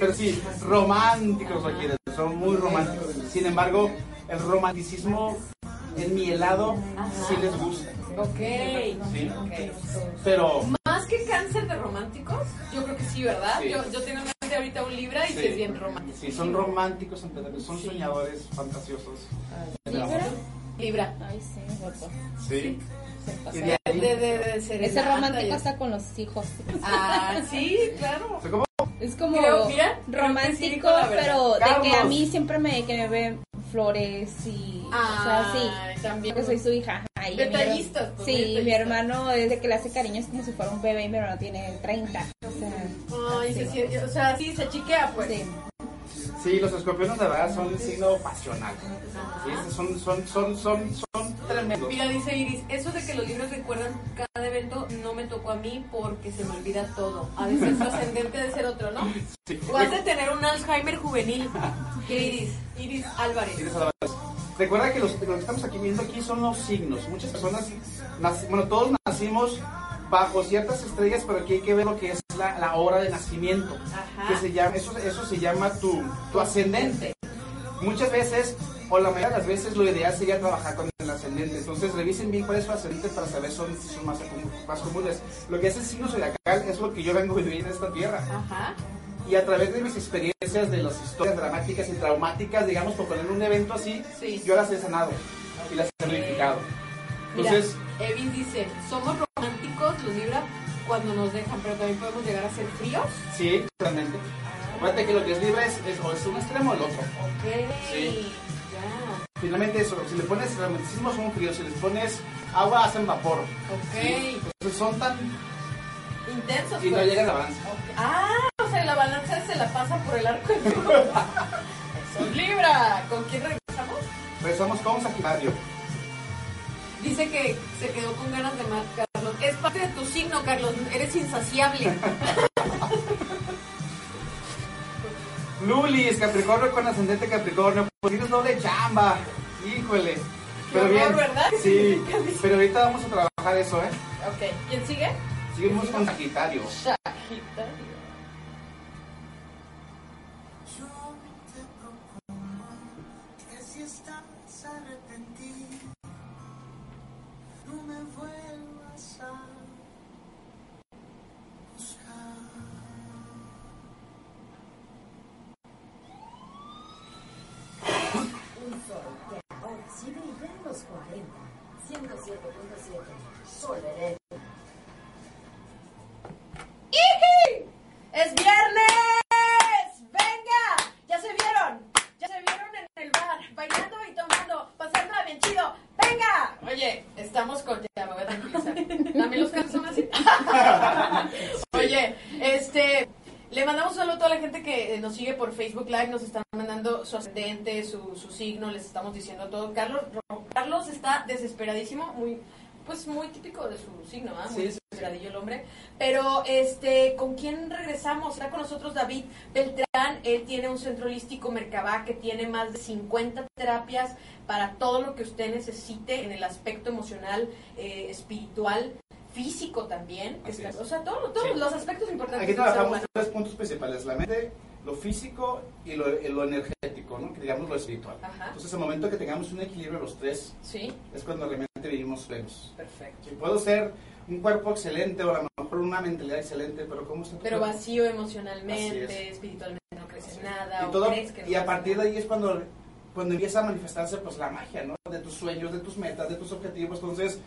Speaker 3: Pero sí, románticos lo quieren, son muy románticos. Sin embargo, el romanticismo en mi helado sí les gusta.
Speaker 2: Ok.
Speaker 3: Sí.
Speaker 2: ok.
Speaker 3: Pero
Speaker 2: Más que cáncer de románticos, yo creo que sí, ¿verdad?
Speaker 3: Sí.
Speaker 2: Yo, yo tengo en mente ahorita un Libra y
Speaker 3: Sí.
Speaker 2: sí es bien romántico.
Speaker 3: sí, son románticos, son soñadores, fantasiosos.
Speaker 2: ¿Libra? Libra.
Speaker 11: Ay, sí, gordo.
Speaker 3: Sí.
Speaker 11: pasa.
Speaker 3: Y de ahí-
Speaker 2: De, de, de serenata
Speaker 11: Ese
Speaker 2: y-
Speaker 11: romántico está con los hijos.
Speaker 2: Ah, sí, claro.
Speaker 3: Fue como,
Speaker 11: Es como
Speaker 2: Creo, mira, creo que sí dijo
Speaker 11: romántico,
Speaker 2: la verdad.
Speaker 11: pero de que a
Speaker 2: Carlos.
Speaker 11: mí siempre me, que me ven flores y o sea,
Speaker 2: Ay,
Speaker 11: sí,
Speaker 2: también.
Speaker 11: porque soy su hija. Ay, mi her-
Speaker 2: Detallistas, pues,
Speaker 11: sí,
Speaker 2: detallistas.
Speaker 11: mi hermano es de que le hace cariño, es como si fuera un bebé y mi hermano tiene 30. O sea,
Speaker 2: Ay, se siente- o sea, sí, se chiquea, pues.
Speaker 3: Sí, los escorpiones de verdad son un signo pasional. Sí, son, son, son, son, son tremendos.
Speaker 2: Mira, dice Iris, eso de que los libros recuerdan cada evento no me tocó a mí porque se me olvida todo. A veces su ascendente de ser otro, ¿no?
Speaker 3: Sí.
Speaker 2: O has de tener un Alzheimer juvenil. ¿Qué Iris? Iris Álvarez.
Speaker 3: Iris Álvarez. Recuerda que los, lo que estamos aquí viendo aquí son los signos. Muchas personas, nac- bueno, todos nacimos bajo ciertas estrellas, pero aquí hay que ver lo que es la, la hora de nacimiento.
Speaker 2: Ajá.
Speaker 3: Que se llama, eso, eso se llama tu, tu ascendente. Muchas veces, o la mayoría de las veces, lo ideal sería trabajar con el ascendente. Entonces, revisen bien cuál es su ascendente para saber son, son más, comu- más comunes. Lo que es el signo zodiacal es lo que yo vengo a vivir en esta tierra.
Speaker 2: Ajá.
Speaker 3: Y a través de mis experiencias, de las historias dramáticas y traumáticas, digamos, por poner un evento así, yo las he sanado y las he reivindicado.
Speaker 2: Mira,
Speaker 3: Entonces,
Speaker 2: Evin dice, somos románticos los libros cuando nos dejan, pero también podemos llegar a ser fríos.
Speaker 3: sí, realmente. Acuérdate que lo que es libre es, es o es un extremo o el otro.
Speaker 2: Ok.
Speaker 3: Sí.
Speaker 2: Ya.
Speaker 3: Finalmente eso, si le pones romanticismo son fríos, si les pones agua hacen vapor.
Speaker 2: Ok.
Speaker 3: Sí. Entonces son tan...
Speaker 2: Intensos.
Speaker 3: Y no
Speaker 2: pues.
Speaker 3: llega el avance.
Speaker 2: Ok. Ah, o sea, la balanza se la pasa por el arco. del triunfo. Eso, Libra. ¿Con quién regresamos?
Speaker 3: Regresamos con Sagitario.
Speaker 2: Dice que se quedó con ganas de más, Carlos. Es parte de tu signo, Carlos. Eres insaciable.
Speaker 3: Lulis, Capricornio con ascendente Capricornio, pues tienes doble chamba. Híjole. Pero
Speaker 2: horror,
Speaker 3: bien.
Speaker 2: ¿verdad?
Speaker 3: Sí. Pero ahorita vamos a trabajar eso, ¿eh?
Speaker 2: ok. ¿Quién sigue?
Speaker 3: Seguimos con Sagitario.
Speaker 2: Sagitario.
Speaker 12: Que si estás arrepentido, no me vuelvas a buscar.
Speaker 13: Un sol que ahora sí vive en los 40, 107.7, Sol Heredia.
Speaker 2: ¡Iji! ¡Es viernes! ¡Venga! Ya se vieron. Ya se vieron en el bar, bailando y tomando, pasándola bien chido. ¡Venga! Oye, estamos con... Ya me voy a tranquilizar. También los cantos son así. Oye, este... Le mandamos un saludo a toda la gente que eh, nos sigue por Facebook Live, nos están mandando su ascendente, su, su signo, les estamos diciendo todo. Carlos, Carlos está desesperadísimo, muy, pues muy típico de su signo, ¿ah? Muy
Speaker 3: Sí, sí,
Speaker 2: desesperadillo el hombre. Pero, este, ¿con quién regresamos? Está con nosotros David Beltrán. Él tiene un centro holístico Mercabá que tiene más de 50 terapias para todo lo que usted necesite en el aspecto emocional, eh, espiritual, físico también. Está- o sea, todo- todos
Speaker 3: Sí.
Speaker 2: los aspectos importantes.
Speaker 3: Aquí
Speaker 2: del ser
Speaker 3: trabajamos
Speaker 2: humano.
Speaker 3: tres puntos principales, la mente, lo físico y lo, y lo energético, ¿no? que digamos lo espiritual.
Speaker 2: Ajá.
Speaker 3: Entonces, al momento que tengamos un equilibrio de los tres,
Speaker 2: Sí,
Speaker 3: es cuando realmente vivimos plenos.
Speaker 2: perfecto.
Speaker 3: Si puedo ser un cuerpo excelente o a lo mejor una mentalidad excelente, pero ¿cómo está tu
Speaker 2: Pero
Speaker 3: cuerpo?
Speaker 2: vacío
Speaker 3: Así
Speaker 2: emocionalmente, espiritualmente no creces nada.
Speaker 3: y,
Speaker 2: o
Speaker 3: todo-
Speaker 2: crees que no
Speaker 3: y a
Speaker 2: vas
Speaker 3: partir de ahí es cuando, cuando empieza a manifestarse pues la magia, ¿no? De tus sueños, de tus metas, de tus objetivos. Entonces,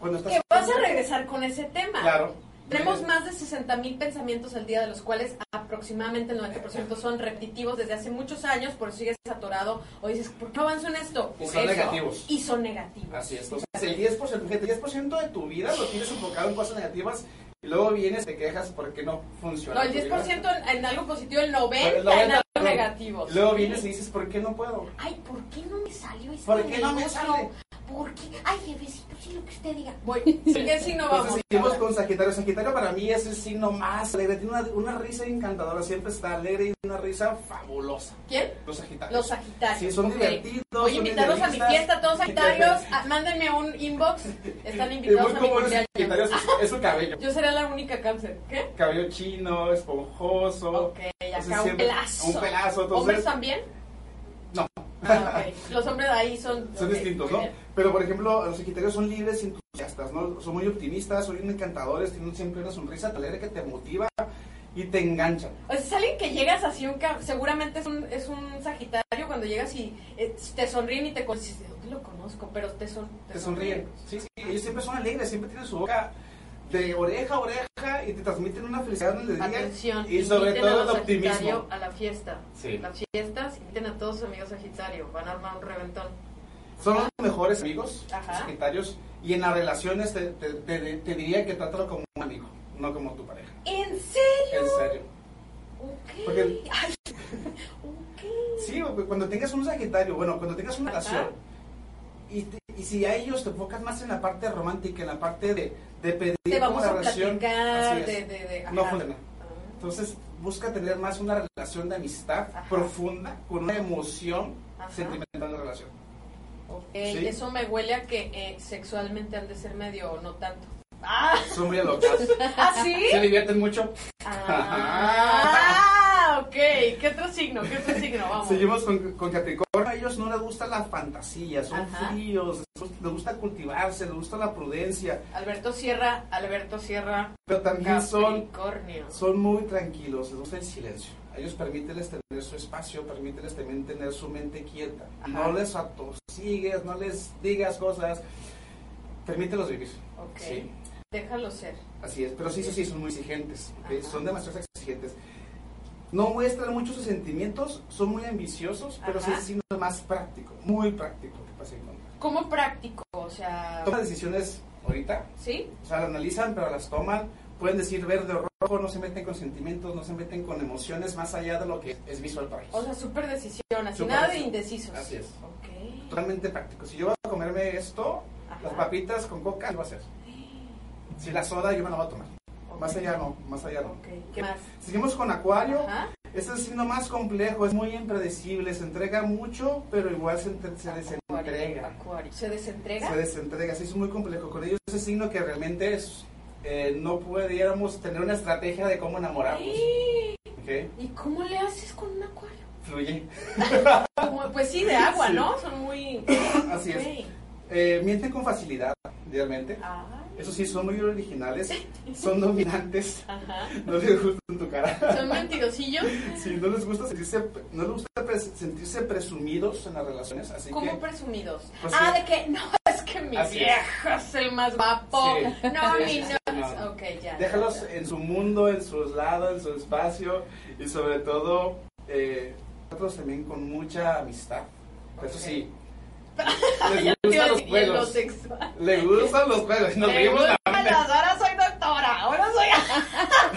Speaker 3: cuando estás...
Speaker 2: Que vas a regresar con ese tema.
Speaker 3: Claro.
Speaker 2: Tenemos más de 60 mil pensamientos al día, de los cuales aproximadamente el 90% son repetitivos desde hace muchos años, por eso sigues atorado o dices, ¿por qué no avanzo en esto?
Speaker 3: Y
Speaker 2: Por
Speaker 3: son
Speaker 2: eso.
Speaker 3: negativos.
Speaker 2: Y son negativos.
Speaker 3: Así es. Entonces, el 10%, fíjate, el 10% de tu vida lo tienes enfocado en cosas negativas y luego vienes, te quejas porque no funciona.
Speaker 2: No, el
Speaker 3: tu vida.
Speaker 2: 10% en, en algo positivo, el 90%
Speaker 3: Pero Pues el
Speaker 2: en
Speaker 3: 90,
Speaker 2: algo
Speaker 3: perdón.
Speaker 2: negativo.
Speaker 3: Luego
Speaker 2: Sí.
Speaker 3: vienes y dices, ¿por qué no puedo?
Speaker 2: Ay, ¿por qué no me salió esto?
Speaker 3: ¿Por qué no me
Speaker 2: negocio?
Speaker 3: sale?
Speaker 2: Porque, ay, jefecito, sí, lo que usted diga.
Speaker 3: ¿Qué signo vamos? Seguimos con Sagitario. Sagitario para mí es el signo más alegre. Tiene una, una risa encantadora. Siempre está alegre y una risa fabulosa.
Speaker 2: ¿Quién?
Speaker 3: Los Sagitarios.
Speaker 2: Los Sagitarios.
Speaker 3: Sí, son
Speaker 2: ok.
Speaker 3: divertidos,
Speaker 2: Voy a
Speaker 3: son
Speaker 2: invitarlos a mi
Speaker 3: idealistas.
Speaker 2: fiesta, todos Sagitarios. Ah, Mándenme un inbox. Están invitados
Speaker 3: muy
Speaker 2: a mi
Speaker 3: común en los
Speaker 2: cumpleaños.
Speaker 3: Sagitarios es, es su cabello.
Speaker 2: Yo seré la única cáncer. ¿Qué?
Speaker 3: Cabello chino, esponjoso.
Speaker 2: Ok, acá
Speaker 3: Entonces,
Speaker 2: un
Speaker 3: siempre-
Speaker 2: pelazo.
Speaker 3: Un pelazo.
Speaker 2: ¿Hombres
Speaker 3: Entonces,
Speaker 2: también?
Speaker 3: No.
Speaker 2: Ah, ok. Los hombres de ahí son...
Speaker 3: son
Speaker 2: ok,
Speaker 3: distintos,
Speaker 2: muy
Speaker 3: ¿no?
Speaker 2: bien.
Speaker 3: Pero por ejemplo, los sagitarios son libres y entusiastas, ¿no? Son muy optimistas, son encantadores, tienen siempre una sonrisa tan alegre que te motiva y te engancha.
Speaker 2: O sea, Pues, es alguien que llegas así, un ca- seguramente es un, es un sagitario cuando llegas y eh, te sonríen y te con- dices, "¿De dónde lo conozco? Pero te, son,
Speaker 3: Te sonríen. Sí, sí, ellos siempre son alegres, siempre tienen su boca de oreja a oreja y te transmiten una felicidad donde digan.
Speaker 2: Atención,
Speaker 3: Y sobre
Speaker 2: inviten
Speaker 3: todo
Speaker 2: a
Speaker 3: el
Speaker 2: los
Speaker 3: optimismo.
Speaker 2: Sagitario a la fiesta.
Speaker 3: Sí.
Speaker 2: Las fiestas, inviten a todos sus amigos Sagitario, van a armar un reventón.
Speaker 3: Son los mejores amigos,
Speaker 2: Ajá.
Speaker 3: los sagitarios, y en las relaciones te, te- te- te diría que trátalo como un amigo, no como tu pareja.
Speaker 2: ¿En serio?
Speaker 3: En serio.
Speaker 2: Ok.
Speaker 3: Porque-
Speaker 2: Ay,
Speaker 3: Sí, porque cuando tengas un Sagitario, bueno, cuando tengas una
Speaker 2: Ajá.
Speaker 3: relación, y, te- y si a ellos te enfocas más en la parte romántica, en la parte de, de pedir
Speaker 2: te vamos
Speaker 3: una
Speaker 2: a
Speaker 3: relación,
Speaker 2: platicar
Speaker 3: así es,
Speaker 2: de... de, de-
Speaker 3: no
Speaker 2: ajá. Ah,
Speaker 3: funciona. Entonces, busca tener más una relación de amistad profunda, con una emoción
Speaker 2: Ajá.
Speaker 3: sentimental de relación.
Speaker 2: Ey,
Speaker 3: Sí.
Speaker 2: Eso me huele a que eh, sexualmente han de ser medio no tanto. ¡Ah!
Speaker 3: Son muy locas.
Speaker 2: ¿Ah, sí?
Speaker 3: Se divierten mucho.
Speaker 2: Ah, ok. ¿Qué otro signo? ¿Qué otro signo? Vamos.
Speaker 3: Seguimos con, con Capricornio. A ellos no les gusta la fantasía, son
Speaker 2: Ajá.
Speaker 3: fríos, les gusta cultivarse, les gusta la prudencia,
Speaker 2: Alberto Sierra, Alberto Sierra.
Speaker 3: pero también son
Speaker 2: Capricornio.
Speaker 3: son muy tranquilos, les gusta el silencio. A ellos permíteles tener su espacio, permíteles también tener su mente quieta.
Speaker 2: Ajá.
Speaker 3: No les atosigues, no les digas cosas. Permítelos vivir.
Speaker 2: Ok.
Speaker 3: Sí,
Speaker 2: Déjalo ser.
Speaker 3: así es. Pero sí, sí, sí, son muy exigentes. ¿ok? Son demasiado exigentes. No muestran muchos sus sentimientos, son muy ambiciosos, pero sí
Speaker 2: Ajá.
Speaker 3: es signo más práctico, muy práctico. que pasa en contra.
Speaker 2: ¿Cómo práctico? O sea.
Speaker 3: Toman decisiones ahorita,
Speaker 2: ¿Sí?
Speaker 3: o sea, las analizan, pero las toman. Pueden decir verde o rojo, no se meten con sentimientos, no se meten con emociones más allá de lo que es visual para ellos.
Speaker 2: O sea, súper decisión. Así
Speaker 3: Súper
Speaker 2: nada de
Speaker 3: decisión.
Speaker 2: indecisos.
Speaker 3: Así es.
Speaker 2: Ok.
Speaker 3: Totalmente práctico. Si yo voy a comerme esto, las papitas con coca, ¿qué va a hacer? Si la soda, yo me la voy a tomar. Más allá no, más allá no.
Speaker 2: ¿Qué más?
Speaker 3: Seguimos con Acuario.
Speaker 2: Ajá.
Speaker 3: Este es el signo más complejo, es muy impredecible, se entrega mucho, pero igual se, entre- se desentrega.
Speaker 2: Acuario. ¿Se desentrega?
Speaker 3: Se desentrega, sí, es muy complejo. Con ellos es el signo que realmente es, eh, no pudiéramos tener una estrategia de cómo enamorarnos. ¿Ok?
Speaker 2: ¿Y cómo le haces con un acuario?
Speaker 3: Fluye.
Speaker 2: Como- pues sí, de agua,
Speaker 3: Sí.
Speaker 2: ¿no? Son muy.
Speaker 3: Así es.
Speaker 2: Ok.
Speaker 3: Eh, mienten con facilidad, realmente.
Speaker 2: Ah.
Speaker 3: Eso sí, son muy originales, son dominantes,
Speaker 2: Ajá.
Speaker 3: no les gusta en tu cara.
Speaker 2: Son mentirosillos.
Speaker 3: Sí, no les gusta sentirse, no les gusta pres- sentirse presumidos en las relaciones, así
Speaker 2: ¿Cómo
Speaker 3: que...
Speaker 2: presumidos?
Speaker 3: Pues
Speaker 2: ah,
Speaker 3: sí.
Speaker 2: de que no, es que mi
Speaker 3: Así es.
Speaker 2: viejo es. el más guapo.
Speaker 3: Sí.
Speaker 2: No,
Speaker 3: Sí,
Speaker 2: mi
Speaker 3: sí, sí,
Speaker 2: no.
Speaker 3: no.
Speaker 2: Ok, ya.
Speaker 3: Déjalos
Speaker 2: ya, ya.
Speaker 3: en su mundo, en sus lados, en su espacio y sobre todo, eh, nosotros también con mucha amistad. Eso sí, les
Speaker 2: Ya te iba
Speaker 3: gustan
Speaker 2: a
Speaker 3: los
Speaker 2: decir, y en lo
Speaker 3: juegos,
Speaker 2: sexual.
Speaker 3: les gustan los juegos y nos
Speaker 2: Me
Speaker 3: reímos la
Speaker 2: gustan
Speaker 3: mente.
Speaker 2: las- ahora soy doctora, ahora soy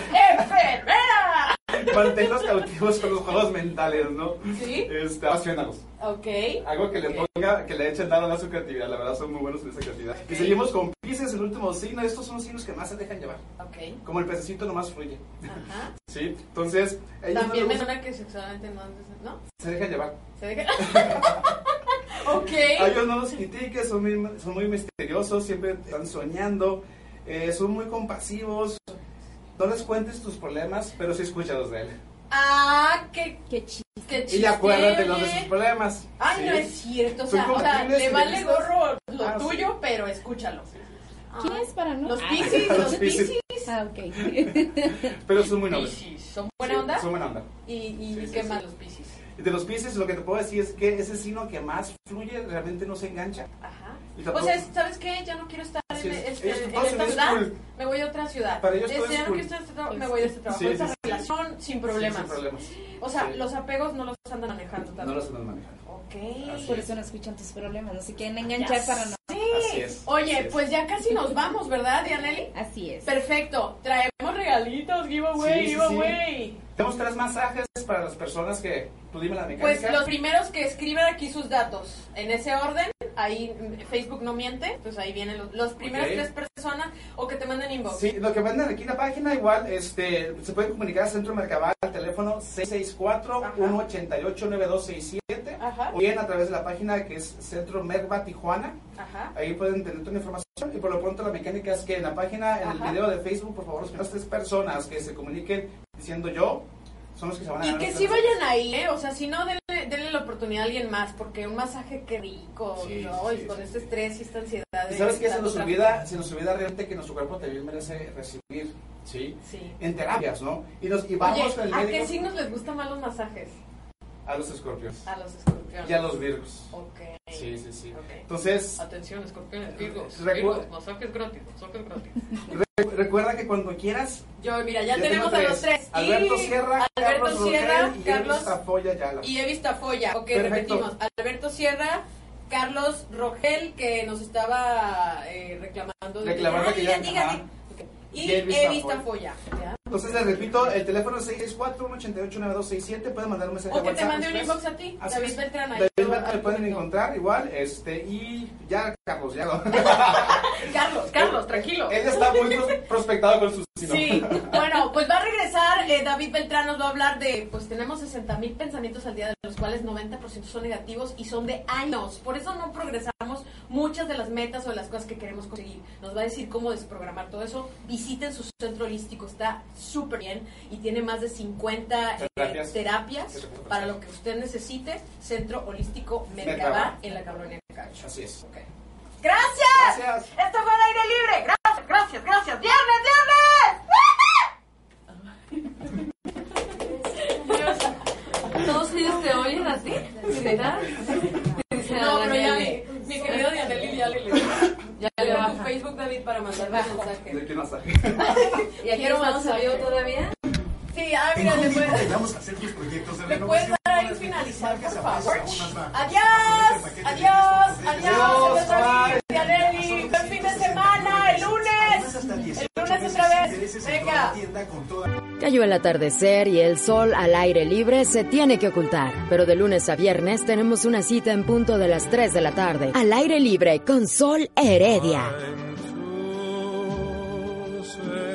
Speaker 2: enfermera.
Speaker 3: Manténlos cautivos con los juegos mentales, ¿no?
Speaker 2: Sí.
Speaker 3: Este, apasionalos.
Speaker 2: Ok.
Speaker 3: Algo que le ponga, que le echen nada a su creatividad. La verdad son muy buenos en esa creatividad. Y seguimos con Pisces, el último signo. Estos son los signos que más se dejan llevar.
Speaker 2: Ok.
Speaker 3: Como el pececito nomás fluye.
Speaker 2: Ajá.
Speaker 3: ¿Sí? Entonces, ellos no les
Speaker 2: También me
Speaker 3: gusta-
Speaker 2: suena que sexualmente no antes, ¿no?
Speaker 3: se dejan llevar.
Speaker 2: Se deja. ok.
Speaker 3: A ellos no los critiques, son muy, son muy misteriosos, siempre están soñando, eh, son muy compasivos. No les cuentes tus problemas, pero sí escúchalos de él.
Speaker 2: Ah, qué, qué chiste.
Speaker 3: Y acuérdate los de
Speaker 2: oye.
Speaker 3: sus problemas.
Speaker 2: Ay,
Speaker 3: ¿sí?
Speaker 2: no es cierto. O
Speaker 3: Son
Speaker 2: sea, o sea,
Speaker 3: compatibles
Speaker 2: le
Speaker 3: y
Speaker 2: vale
Speaker 3: realistas.
Speaker 2: gorro lo
Speaker 3: Ah, sí.
Speaker 2: tuyo, pero escúchalo.
Speaker 4: ¿Quién es para no?
Speaker 2: Los
Speaker 4: Ah.
Speaker 2: piscis,
Speaker 3: Los
Speaker 2: los
Speaker 3: Piscis.
Speaker 2: piscis.
Speaker 4: Ah, ok.
Speaker 3: Pero son muy nobles.
Speaker 2: Piscis, son buena onda.
Speaker 3: Son buena onda.
Speaker 2: Y, y
Speaker 3: Sí, sí,
Speaker 2: qué
Speaker 3: sí.
Speaker 2: más los piscis.
Speaker 3: Y de los Pisces, lo que te puedo decir es que ese signo que más fluye realmente no se engancha.
Speaker 2: Ajá.
Speaker 3: Y
Speaker 2: O
Speaker 3: tampoco-
Speaker 2: sea, ¿sabes qué? Ya no quiero estar
Speaker 3: Así
Speaker 2: en,
Speaker 3: es.
Speaker 2: este-
Speaker 3: Ellos
Speaker 2: en
Speaker 3: todos
Speaker 2: esta
Speaker 3: en
Speaker 2: ciudad.
Speaker 3: school.
Speaker 2: Me voy a otra ciudad.
Speaker 3: Para ellos
Speaker 2: Este,
Speaker 3: todo es
Speaker 2: ya no
Speaker 3: cool.
Speaker 2: quiero estar en este trabajo. Me voy a este trabajo.
Speaker 3: Sí,
Speaker 2: Esta
Speaker 3: sí, sí.
Speaker 2: relación sin problemas.
Speaker 3: Sí, sin problemas.
Speaker 2: O sea,
Speaker 3: Sí.
Speaker 2: los apegos no los andan manejando tanto.
Speaker 3: No los andan manejando.
Speaker 2: Ok.
Speaker 11: Por eso no escuchan tus problemas, no se quieren enganchar
Speaker 2: Ya
Speaker 11: para no.
Speaker 2: sé.
Speaker 3: Así es,
Speaker 2: Oye,
Speaker 3: así es.
Speaker 2: pues ya casi nos vamos, ¿verdad, Dianelli?
Speaker 11: Así es.
Speaker 2: Perfecto. Traemos regalitos, giveaway,
Speaker 3: Sí, sí, sí.
Speaker 2: giveaway.
Speaker 3: Tenemos tres masajes para las personas que tú dime la mecánica?
Speaker 2: Pues los primeros que escriban aquí sus datos, en ese orden, ahí mm, Facebook no miente, pues ahí vienen los, los primeros
Speaker 3: Ok.
Speaker 2: tres personas o que te manden inbox.
Speaker 3: Sí, lo que mandan aquí en la página igual, este, se pueden comunicar al Centro Mercabal al teléfono 664-188-9267
Speaker 2: Ajá.
Speaker 3: o bien a través de la página que es Centro Merva Tijuana.
Speaker 2: Ajá.
Speaker 3: Ahí pueden tener toda la información y por lo pronto la mecánica es que en la página, en
Speaker 2: Ajá.
Speaker 3: el video de Facebook, por favor, las primeras tres personas que se comuniquen diciendo yo son los que se van a
Speaker 2: Y
Speaker 3: ganar
Speaker 2: que
Speaker 3: esta
Speaker 2: sí
Speaker 3: noche.
Speaker 2: vayan ahí, ¿eh? o sea, si no, denle, denle la oportunidad a alguien más, porque un masaje qué rico,
Speaker 3: Sí,
Speaker 2: ¿no?
Speaker 3: sí,
Speaker 2: y con este estrés y esta ansiedad.
Speaker 3: Y
Speaker 2: de-
Speaker 3: sabes que se
Speaker 2: tanto
Speaker 3: nos
Speaker 2: tráfico.
Speaker 3: olvida, se nos olvida realmente que nuestro cuerpo también merece recibir, ¿sí?
Speaker 2: Sí.
Speaker 3: En terapias, ¿no? Y, nos, y vamos
Speaker 2: Oye,
Speaker 3: con el
Speaker 2: ¿A
Speaker 3: médico
Speaker 2: qué signos les gustan más los masajes?
Speaker 3: a los escorpios
Speaker 2: A los escorpiones.
Speaker 3: y a los virgos.
Speaker 2: Ok.
Speaker 3: Sí, sí, sí.
Speaker 2: ok.
Speaker 3: Entonces, eh,
Speaker 2: Atención, escorpiones, virgos.
Speaker 3: Recu-
Speaker 2: virgos, masajes gratis, masajes gratis.
Speaker 3: re- recuerda que cuando quieras...
Speaker 2: Yo, mira, ya
Speaker 3: yo
Speaker 2: tenemos
Speaker 3: tengo
Speaker 2: a los tres.
Speaker 3: Alberto
Speaker 2: Y-
Speaker 3: Sierra,
Speaker 2: Alberto
Speaker 3: Carlos
Speaker 2: Sierra,
Speaker 3: Rogel y Carlos
Speaker 2: Carlos-
Speaker 3: Tafoya Ayala.
Speaker 2: Y Evi Tafoya, ok,
Speaker 3: Perfecto.
Speaker 2: repetimos. Alberto Sierra, Carlos Rogel, que nos estaba eh, reclamando. de-
Speaker 3: Reclamando
Speaker 2: Ay,
Speaker 3: que ya-
Speaker 2: dígame.
Speaker 3: ajá.
Speaker 2: Y
Speaker 3: Y Evi
Speaker 2: Evi Tafoya. ¿ya?
Speaker 3: Entonces les repito, el teléfono es 664-188-9267, pueden mandar un mensaje
Speaker 2: O
Speaker 3: de
Speaker 2: que te
Speaker 3: WhatsApp.
Speaker 2: mande un
Speaker 3: ustedes.
Speaker 2: inbox a ti,
Speaker 3: Así
Speaker 2: David
Speaker 3: es.
Speaker 2: Beltrán. ahí
Speaker 3: David
Speaker 2: lo-
Speaker 3: Beltrán lo pueden encontrar igual, este, y ya Carlos, ya lo...
Speaker 2: Carlos, Carlos, tranquilo.
Speaker 3: Él está muy pros- prospectado con sus
Speaker 2: Sí, bueno, pues va a regresar eh, David Beltrán, nos va a hablar de, pues tenemos 60 mil pensamientos al día, de los cuales 90% son negativos y son de años. Por eso no progresamos muchas de las metas o de las cosas que queremos conseguir. Nos va a decir cómo desprogramar todo eso. Visiten su centro holístico, está súper bien y tiene más de 50 eh,
Speaker 3: Terapias.
Speaker 2: terapias para lo que usted necesite. Centro Holístico Mercaba
Speaker 3: Mercaba.
Speaker 2: en la Cabrona Cacho.
Speaker 3: Así es.
Speaker 2: ¡Gracias!
Speaker 3: Gracias.
Speaker 2: Esto fue al aire libre. Gracias, gracias, gracias. ¡Viernes, viernes!
Speaker 6: Todos ellos te oyen a ti, ¿verdad?
Speaker 2: No, pero ya mi, mi querido Dianelli ya le Ya le baja tu Facebook, David, para mandar mensaje.
Speaker 3: ¿De qué masaje?
Speaker 6: ¿Y aquí
Speaker 2: Quiero
Speaker 6: estamos
Speaker 2: masaje.
Speaker 6: en vivo todavía?
Speaker 2: Sí, ah, mira, le puedes,
Speaker 14: Vamos a hacer tus proyectos de
Speaker 2: le puedes
Speaker 14: renovación.
Speaker 2: dar ahí finalizar, por favor. Adiós,
Speaker 14: Adiós,
Speaker 2: adiós, adiós, adiós, Dianelli. Buen fin de semana, el lunes. El lunes otra vez. Venga.
Speaker 1: Cayó el atardecer y el sol al aire libre se tiene que ocultar, pero de lunes a viernes tenemos una cita en punto de las 3 de la tarde, al aire libre con Sol Heredia.
Speaker 12: Tú serás